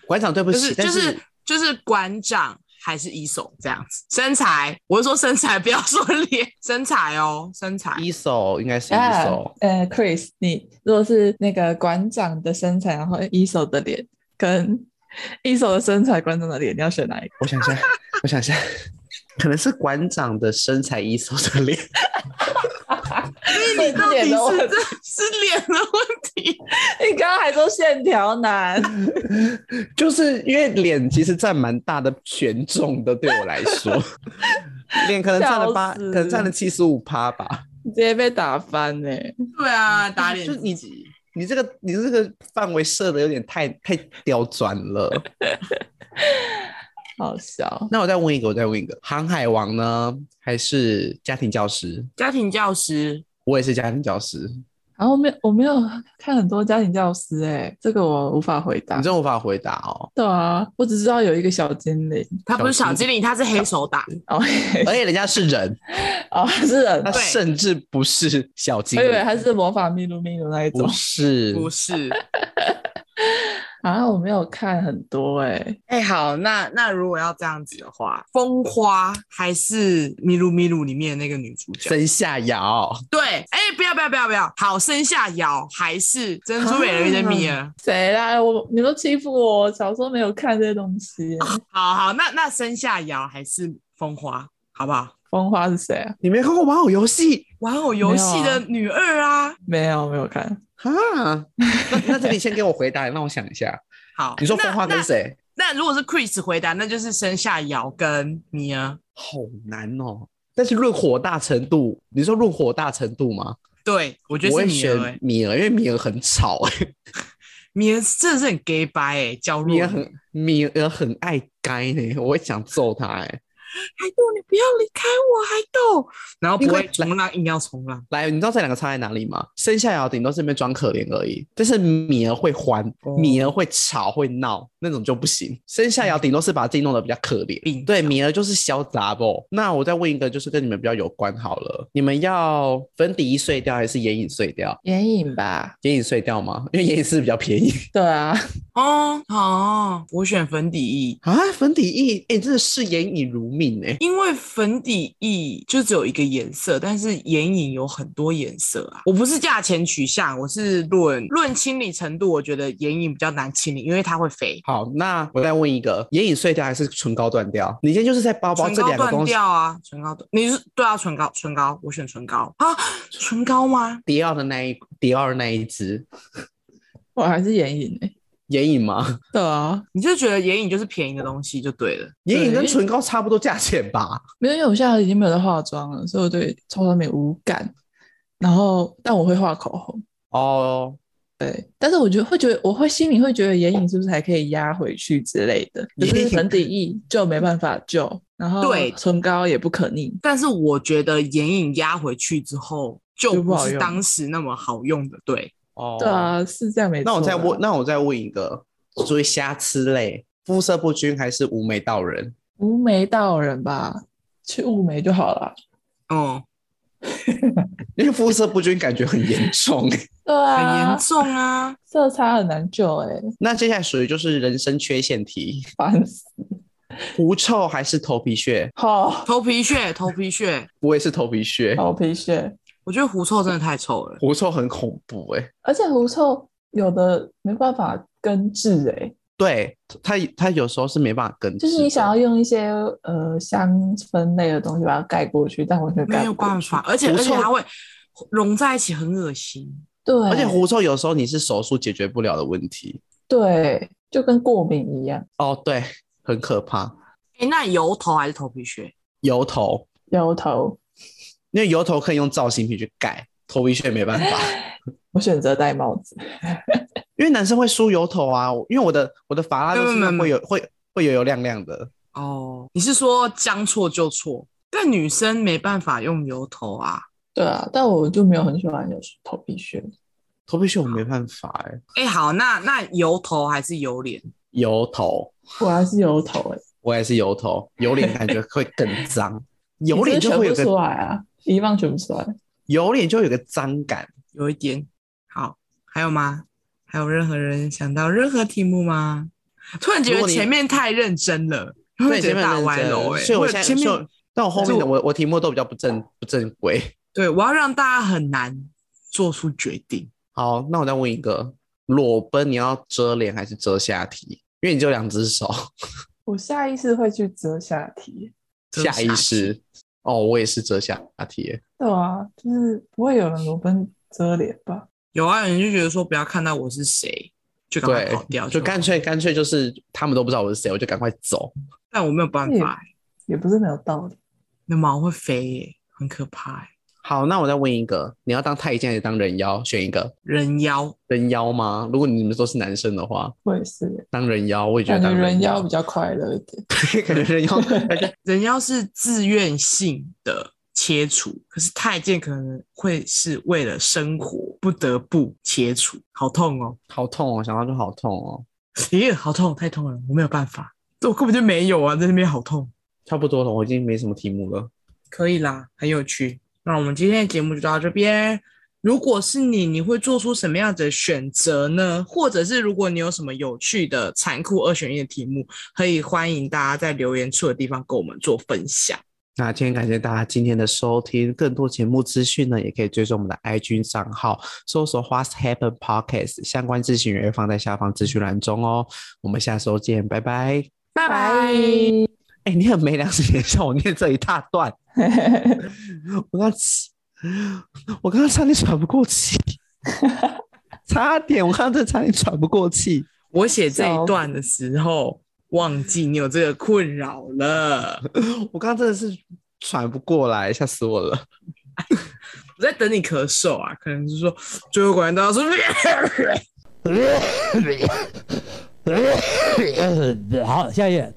[SPEAKER 2] 馆长对不
[SPEAKER 1] 就
[SPEAKER 2] 起，
[SPEAKER 1] 是
[SPEAKER 2] 但
[SPEAKER 1] 就是就是馆长还是一手这样子，身材，我是说身材，不要说脸，身材哦，身材。
[SPEAKER 2] 一手应该是一
[SPEAKER 3] 啊
[SPEAKER 2] 手，，
[SPEAKER 3] 呃，Chris，你如果是那个馆长的身材，然后一手的脸跟一手的身材，馆长的脸，你要选哪一个？
[SPEAKER 2] 我想一下， 我想一下，可能是馆长的身材一手的脸，
[SPEAKER 1] 所以你到底
[SPEAKER 3] 脸的问
[SPEAKER 1] 是
[SPEAKER 3] 题
[SPEAKER 1] 这是脸的问题，
[SPEAKER 3] 你刚刚还说线条男，
[SPEAKER 2] 就是因为脸其实占蛮大的权重的，对我来 说，脸可能占了八，
[SPEAKER 3] 笑死
[SPEAKER 2] 可能占了七十五趴吧。
[SPEAKER 3] 你直接被打翻呢、
[SPEAKER 1] 对啊，打脸
[SPEAKER 2] 就
[SPEAKER 1] 自
[SPEAKER 2] 你
[SPEAKER 1] 己。
[SPEAKER 2] 你这个你这个范围设的有点太太刁钻 了。
[SPEAKER 3] 好笑。
[SPEAKER 2] 那我再问一个，我再问一个，航海王呢，还是家庭教师？
[SPEAKER 1] 家庭教师，
[SPEAKER 2] 我也是家庭教师，
[SPEAKER 3] 然后没有我没有看很多家庭教师、欸，哎，这个我无法回答
[SPEAKER 2] 你。真无法回答 哦。
[SPEAKER 3] 对啊，我只知道有一个小精灵，
[SPEAKER 1] 他不是小精灵，他是黑手党。
[SPEAKER 3] 哦嘿
[SPEAKER 2] 而且人家是人，
[SPEAKER 3] 哦是
[SPEAKER 2] 呃
[SPEAKER 3] 人
[SPEAKER 2] 他
[SPEAKER 3] 哦，
[SPEAKER 1] 对
[SPEAKER 2] 甚至不是小精
[SPEAKER 3] 我以为
[SPEAKER 2] 灵，
[SPEAKER 3] 他是魔法秘鲁秘鲁那一种
[SPEAKER 2] 不是，
[SPEAKER 1] 不是，
[SPEAKER 3] 啊，我没有看很多哎、
[SPEAKER 1] 哎、好，那那如果要这样子的话，风花还是《咪噜咪噜》里面那个女主角？
[SPEAKER 2] 森下遥，
[SPEAKER 1] 对，哎、不要不要不要不要，好，生下瑶还是珍珠美人鱼的米儿？
[SPEAKER 3] 谁啦？我你都欺负我，小时候没有看这些东西、
[SPEAKER 1] 好好，那那生下瑶还是风花，好不好？
[SPEAKER 3] 风花是谁啊？
[SPEAKER 2] 你没看过玩偶游戏
[SPEAKER 1] 玩偶游戏的
[SPEAKER 3] 没
[SPEAKER 1] 女
[SPEAKER 3] 有啊
[SPEAKER 1] 二啊，
[SPEAKER 3] 没有，没有看。
[SPEAKER 2] 哈？那那这里先给我回答，让我想一下。
[SPEAKER 1] 好，
[SPEAKER 2] 你说
[SPEAKER 1] 那
[SPEAKER 2] 风花跟？谁？
[SPEAKER 1] 那那如果是 Chris 回答，那就是生下瑶跟米儿。
[SPEAKER 2] 好难哦。但是论火大程度，你说论火大程度吗？
[SPEAKER 1] 对，我觉
[SPEAKER 2] 我
[SPEAKER 1] 得是
[SPEAKER 2] 会
[SPEAKER 1] 米儿、欸
[SPEAKER 2] 选，米儿，因为米儿很吵、欸
[SPEAKER 1] 米儿真的是很 gay 白哎、欸，娇弱女，
[SPEAKER 2] 米儿很米儿很爱该呢、我会想揍他哎、
[SPEAKER 1] 海豆，你不要离开我，海豆。然后不
[SPEAKER 2] 因为
[SPEAKER 1] 会冲浪，硬要冲浪。
[SPEAKER 2] 来，你知道这两个差在哪里吗？生下摇顶都是那边装可怜而已，但是米儿会欢，
[SPEAKER 1] 哦
[SPEAKER 2] 米儿会吵会闹，那种就不行。生下摇顶都是把自己弄得比较可
[SPEAKER 1] 病
[SPEAKER 2] 怜，对，米儿就是小杂不。那我再问一个，就是跟你们比较有关好了，你们要粉底液碎掉还是眼影碎掉？
[SPEAKER 3] 眼影吧，
[SPEAKER 2] 眼影碎掉吗？因 为眼影是比较便宜
[SPEAKER 3] 对啊，
[SPEAKER 1] 哦，好，我选粉底液，
[SPEAKER 2] 啊。粉底液，哎、真的视眼影如命哎、
[SPEAKER 1] 因为粉底液就只有一个颜色，但是眼影有很多颜色啊。我不是价钱取向，我是论论清理程度，我觉得眼影比较难清理，因为它会飞。
[SPEAKER 2] 好，那我再问一个，眼影碎掉还是唇膏断掉？你今天就是在包哦包
[SPEAKER 1] 唇
[SPEAKER 2] 这
[SPEAKER 1] 膏
[SPEAKER 2] 两个
[SPEAKER 1] 断
[SPEAKER 2] 东西
[SPEAKER 1] 掉啊，唇膏断，你是对啊，唇膏，唇膏，我选唇膏啊，唇膏吗？
[SPEAKER 2] 迪奥的那一迪奥的那一支
[SPEAKER 3] 我还是眼影哎、
[SPEAKER 2] 眼影吗？
[SPEAKER 3] 对啊，
[SPEAKER 1] 你就觉得眼影就是便宜的东西就对了。
[SPEAKER 2] 眼影
[SPEAKER 3] 对
[SPEAKER 2] 跟唇膏差不多价钱吧？
[SPEAKER 3] 没有，因为我现在已经没有在化妆了，所以我对化妆品无感。然后，但我会画口红，
[SPEAKER 2] 哦，
[SPEAKER 3] 对，但是我觉得会觉得，我会心里会觉得眼影是不是还可以压回去之类的，可
[SPEAKER 2] 眼
[SPEAKER 3] 是
[SPEAKER 2] 影
[SPEAKER 3] 粉底液就没办法救，然后
[SPEAKER 1] 对
[SPEAKER 3] 唇膏也不可逆，
[SPEAKER 1] 但是我觉得眼影压回去之后，就
[SPEAKER 3] 就不
[SPEAKER 1] 不
[SPEAKER 3] 好
[SPEAKER 1] 是
[SPEAKER 3] 用
[SPEAKER 1] 当时那么好用的。对，
[SPEAKER 2] 哦，
[SPEAKER 3] 对。啊，是这样没错
[SPEAKER 2] 那
[SPEAKER 3] 啦。
[SPEAKER 2] 我再问，那我再问一个，属于瑕疵类，肤色不均还是无眉道人？
[SPEAKER 3] 无眉道人吧，去雾眉就好了。
[SPEAKER 1] 哦、
[SPEAKER 2] 因为肤色不均感觉很严重。
[SPEAKER 3] 对
[SPEAKER 1] 很
[SPEAKER 3] 啊
[SPEAKER 1] 严，重啊。
[SPEAKER 3] 色差很难救哎、
[SPEAKER 2] 那接下来属于就是人生缺陷题，
[SPEAKER 3] 烦死！
[SPEAKER 2] 狐臭还是头皮屑？
[SPEAKER 3] 好，
[SPEAKER 1] 头皮屑，头皮屑，
[SPEAKER 2] 我也是头皮屑，
[SPEAKER 3] 头皮屑，
[SPEAKER 1] 我觉得狐臭真的太臭了。
[SPEAKER 2] 狐臭很恐怖哎、
[SPEAKER 3] 而且狐臭有的没办法根治哎、
[SPEAKER 2] 对，它它有时候是没办法根治
[SPEAKER 3] 就
[SPEAKER 2] 的，
[SPEAKER 3] 是你想要用一些呃香氛类的东西把它盖过去，但完全
[SPEAKER 1] 没
[SPEAKER 3] 盖不
[SPEAKER 1] 有
[SPEAKER 3] 过
[SPEAKER 1] 办
[SPEAKER 3] 去
[SPEAKER 1] 法，。而且
[SPEAKER 2] 狐
[SPEAKER 1] 而且
[SPEAKER 2] 臭
[SPEAKER 1] 它会融在一起，很恶心。
[SPEAKER 3] 对，
[SPEAKER 2] 而且狐臭有时候你是手术解决不了的问题。
[SPEAKER 3] 对，就跟过敏一样，
[SPEAKER 2] 哦，对，很可怕。
[SPEAKER 1] 哎，那油头还是头皮屑？
[SPEAKER 2] 油头，
[SPEAKER 3] 摇头。
[SPEAKER 2] 因为油头可以用造型品去盖，头皮屑没办法。
[SPEAKER 3] 我选择戴帽子，
[SPEAKER 2] 因为男生会梳油头啊，因为我的我的发蜡就
[SPEAKER 1] 没有
[SPEAKER 2] 是
[SPEAKER 1] 没
[SPEAKER 2] 会
[SPEAKER 1] 有
[SPEAKER 2] 有会会油油亮亮的。
[SPEAKER 1] 哦，你是说将错就错？但女生没办法用油头啊。
[SPEAKER 3] 对啊，但我就没有很喜欢有头皮屑，
[SPEAKER 2] 头皮屑我没办法哎、
[SPEAKER 1] 哎，好，那那油头还是油脸？
[SPEAKER 2] 油头
[SPEAKER 3] 我还是油头哎、
[SPEAKER 2] 我也是油头，油脸感觉会更脏，油
[SPEAKER 3] 你
[SPEAKER 2] 脸
[SPEAKER 3] 真
[SPEAKER 2] 就
[SPEAKER 3] 的
[SPEAKER 2] 会有
[SPEAKER 3] 选不出
[SPEAKER 2] 个
[SPEAKER 3] 来啊，遗忘选不出来。
[SPEAKER 2] 油脸就会有个脏感。
[SPEAKER 1] 有一点。好，还有吗？还有任何人想到任何题目吗？突然觉
[SPEAKER 2] 如
[SPEAKER 1] 得
[SPEAKER 2] 果你
[SPEAKER 1] 前面太认真了，会
[SPEAKER 2] 对，
[SPEAKER 1] 觉得
[SPEAKER 2] 前面
[SPEAKER 1] 大
[SPEAKER 2] 很认
[SPEAKER 1] 歪
[SPEAKER 2] 真
[SPEAKER 1] 楼哎、
[SPEAKER 2] 所以我
[SPEAKER 1] 我
[SPEAKER 2] 现在
[SPEAKER 1] 前
[SPEAKER 2] 就
[SPEAKER 1] 面
[SPEAKER 2] 但我后面
[SPEAKER 1] 就
[SPEAKER 2] 的我我题目都比较不正不正规。
[SPEAKER 1] 对我要让大家很难做出决定。
[SPEAKER 2] 好，那我再问一个，裸奔你要遮脸还是遮下体？因为你只有两只手，
[SPEAKER 3] 我下意识会去遮下体，
[SPEAKER 1] 遮
[SPEAKER 2] 下意
[SPEAKER 1] 下
[SPEAKER 2] 识。哦，我也是遮下体耶。
[SPEAKER 3] 对啊，就是不会有人裸奔遮脸吧？
[SPEAKER 1] 有啊，有人就觉得说不要看到我是谁，就赶快
[SPEAKER 2] 对
[SPEAKER 1] 跑掉，
[SPEAKER 2] 就
[SPEAKER 1] 好
[SPEAKER 2] 干。脆干脆就是他们都不知道我是谁，我就赶快走。
[SPEAKER 1] 但我没有办
[SPEAKER 3] 也
[SPEAKER 1] 法、欸，
[SPEAKER 3] 也不是没有道理。
[SPEAKER 1] 那毛会飞、欸，很可怕、欸。
[SPEAKER 2] 好，那我再问一个，你要当太监还是当人妖？选一个
[SPEAKER 1] 人妖，
[SPEAKER 2] 人妖吗？如果你们都是男生的话，
[SPEAKER 3] 我也是，欸
[SPEAKER 2] 当人妖，我也觉得
[SPEAKER 3] 感觉
[SPEAKER 2] 当
[SPEAKER 3] 人
[SPEAKER 2] 妖
[SPEAKER 3] 妖比较快乐一点。
[SPEAKER 2] 感觉人妖，感觉
[SPEAKER 1] 人妖是自愿性的，切除，可是太监可能会是为了生活不得不切除，好痛哦！
[SPEAKER 2] 好痛哦，想到就好痛哦。
[SPEAKER 1] 咦，好痛，太痛了，我没有办法，这我根本就没有啊，在那边好痛。
[SPEAKER 2] 差不多了，我已经没什么题目了。
[SPEAKER 1] 可以啦，很有趣。那我们今天的节目就到这边。如果是你，你会做出什么样子的选择呢？或者是如果你有什么有趣的残酷二选一的题目，可以欢迎大家在留言处的地方跟我们做分享。
[SPEAKER 2] 那今天感谢大家今天的收听，更多节目资讯呢，也可以追踪我们的 IG 账号，搜索 What's Happen Podcast，相关资讯也会放在下方资讯栏中哦。我们下周见，拜拜。
[SPEAKER 1] 拜
[SPEAKER 3] 拜。
[SPEAKER 2] 哎、你很没良心，像我念这一大段，我刚气，我刚刚差点喘不过气，差点，我刚刚真的差点喘不过气。
[SPEAKER 1] 我写这一段的时候，忘记你有这个困扰了。
[SPEAKER 2] 我刚刚真的是喘不过来，吓死我了！
[SPEAKER 1] 我在等你咳嗽啊，可能是说最后果然大家说，
[SPEAKER 8] 好，下一页。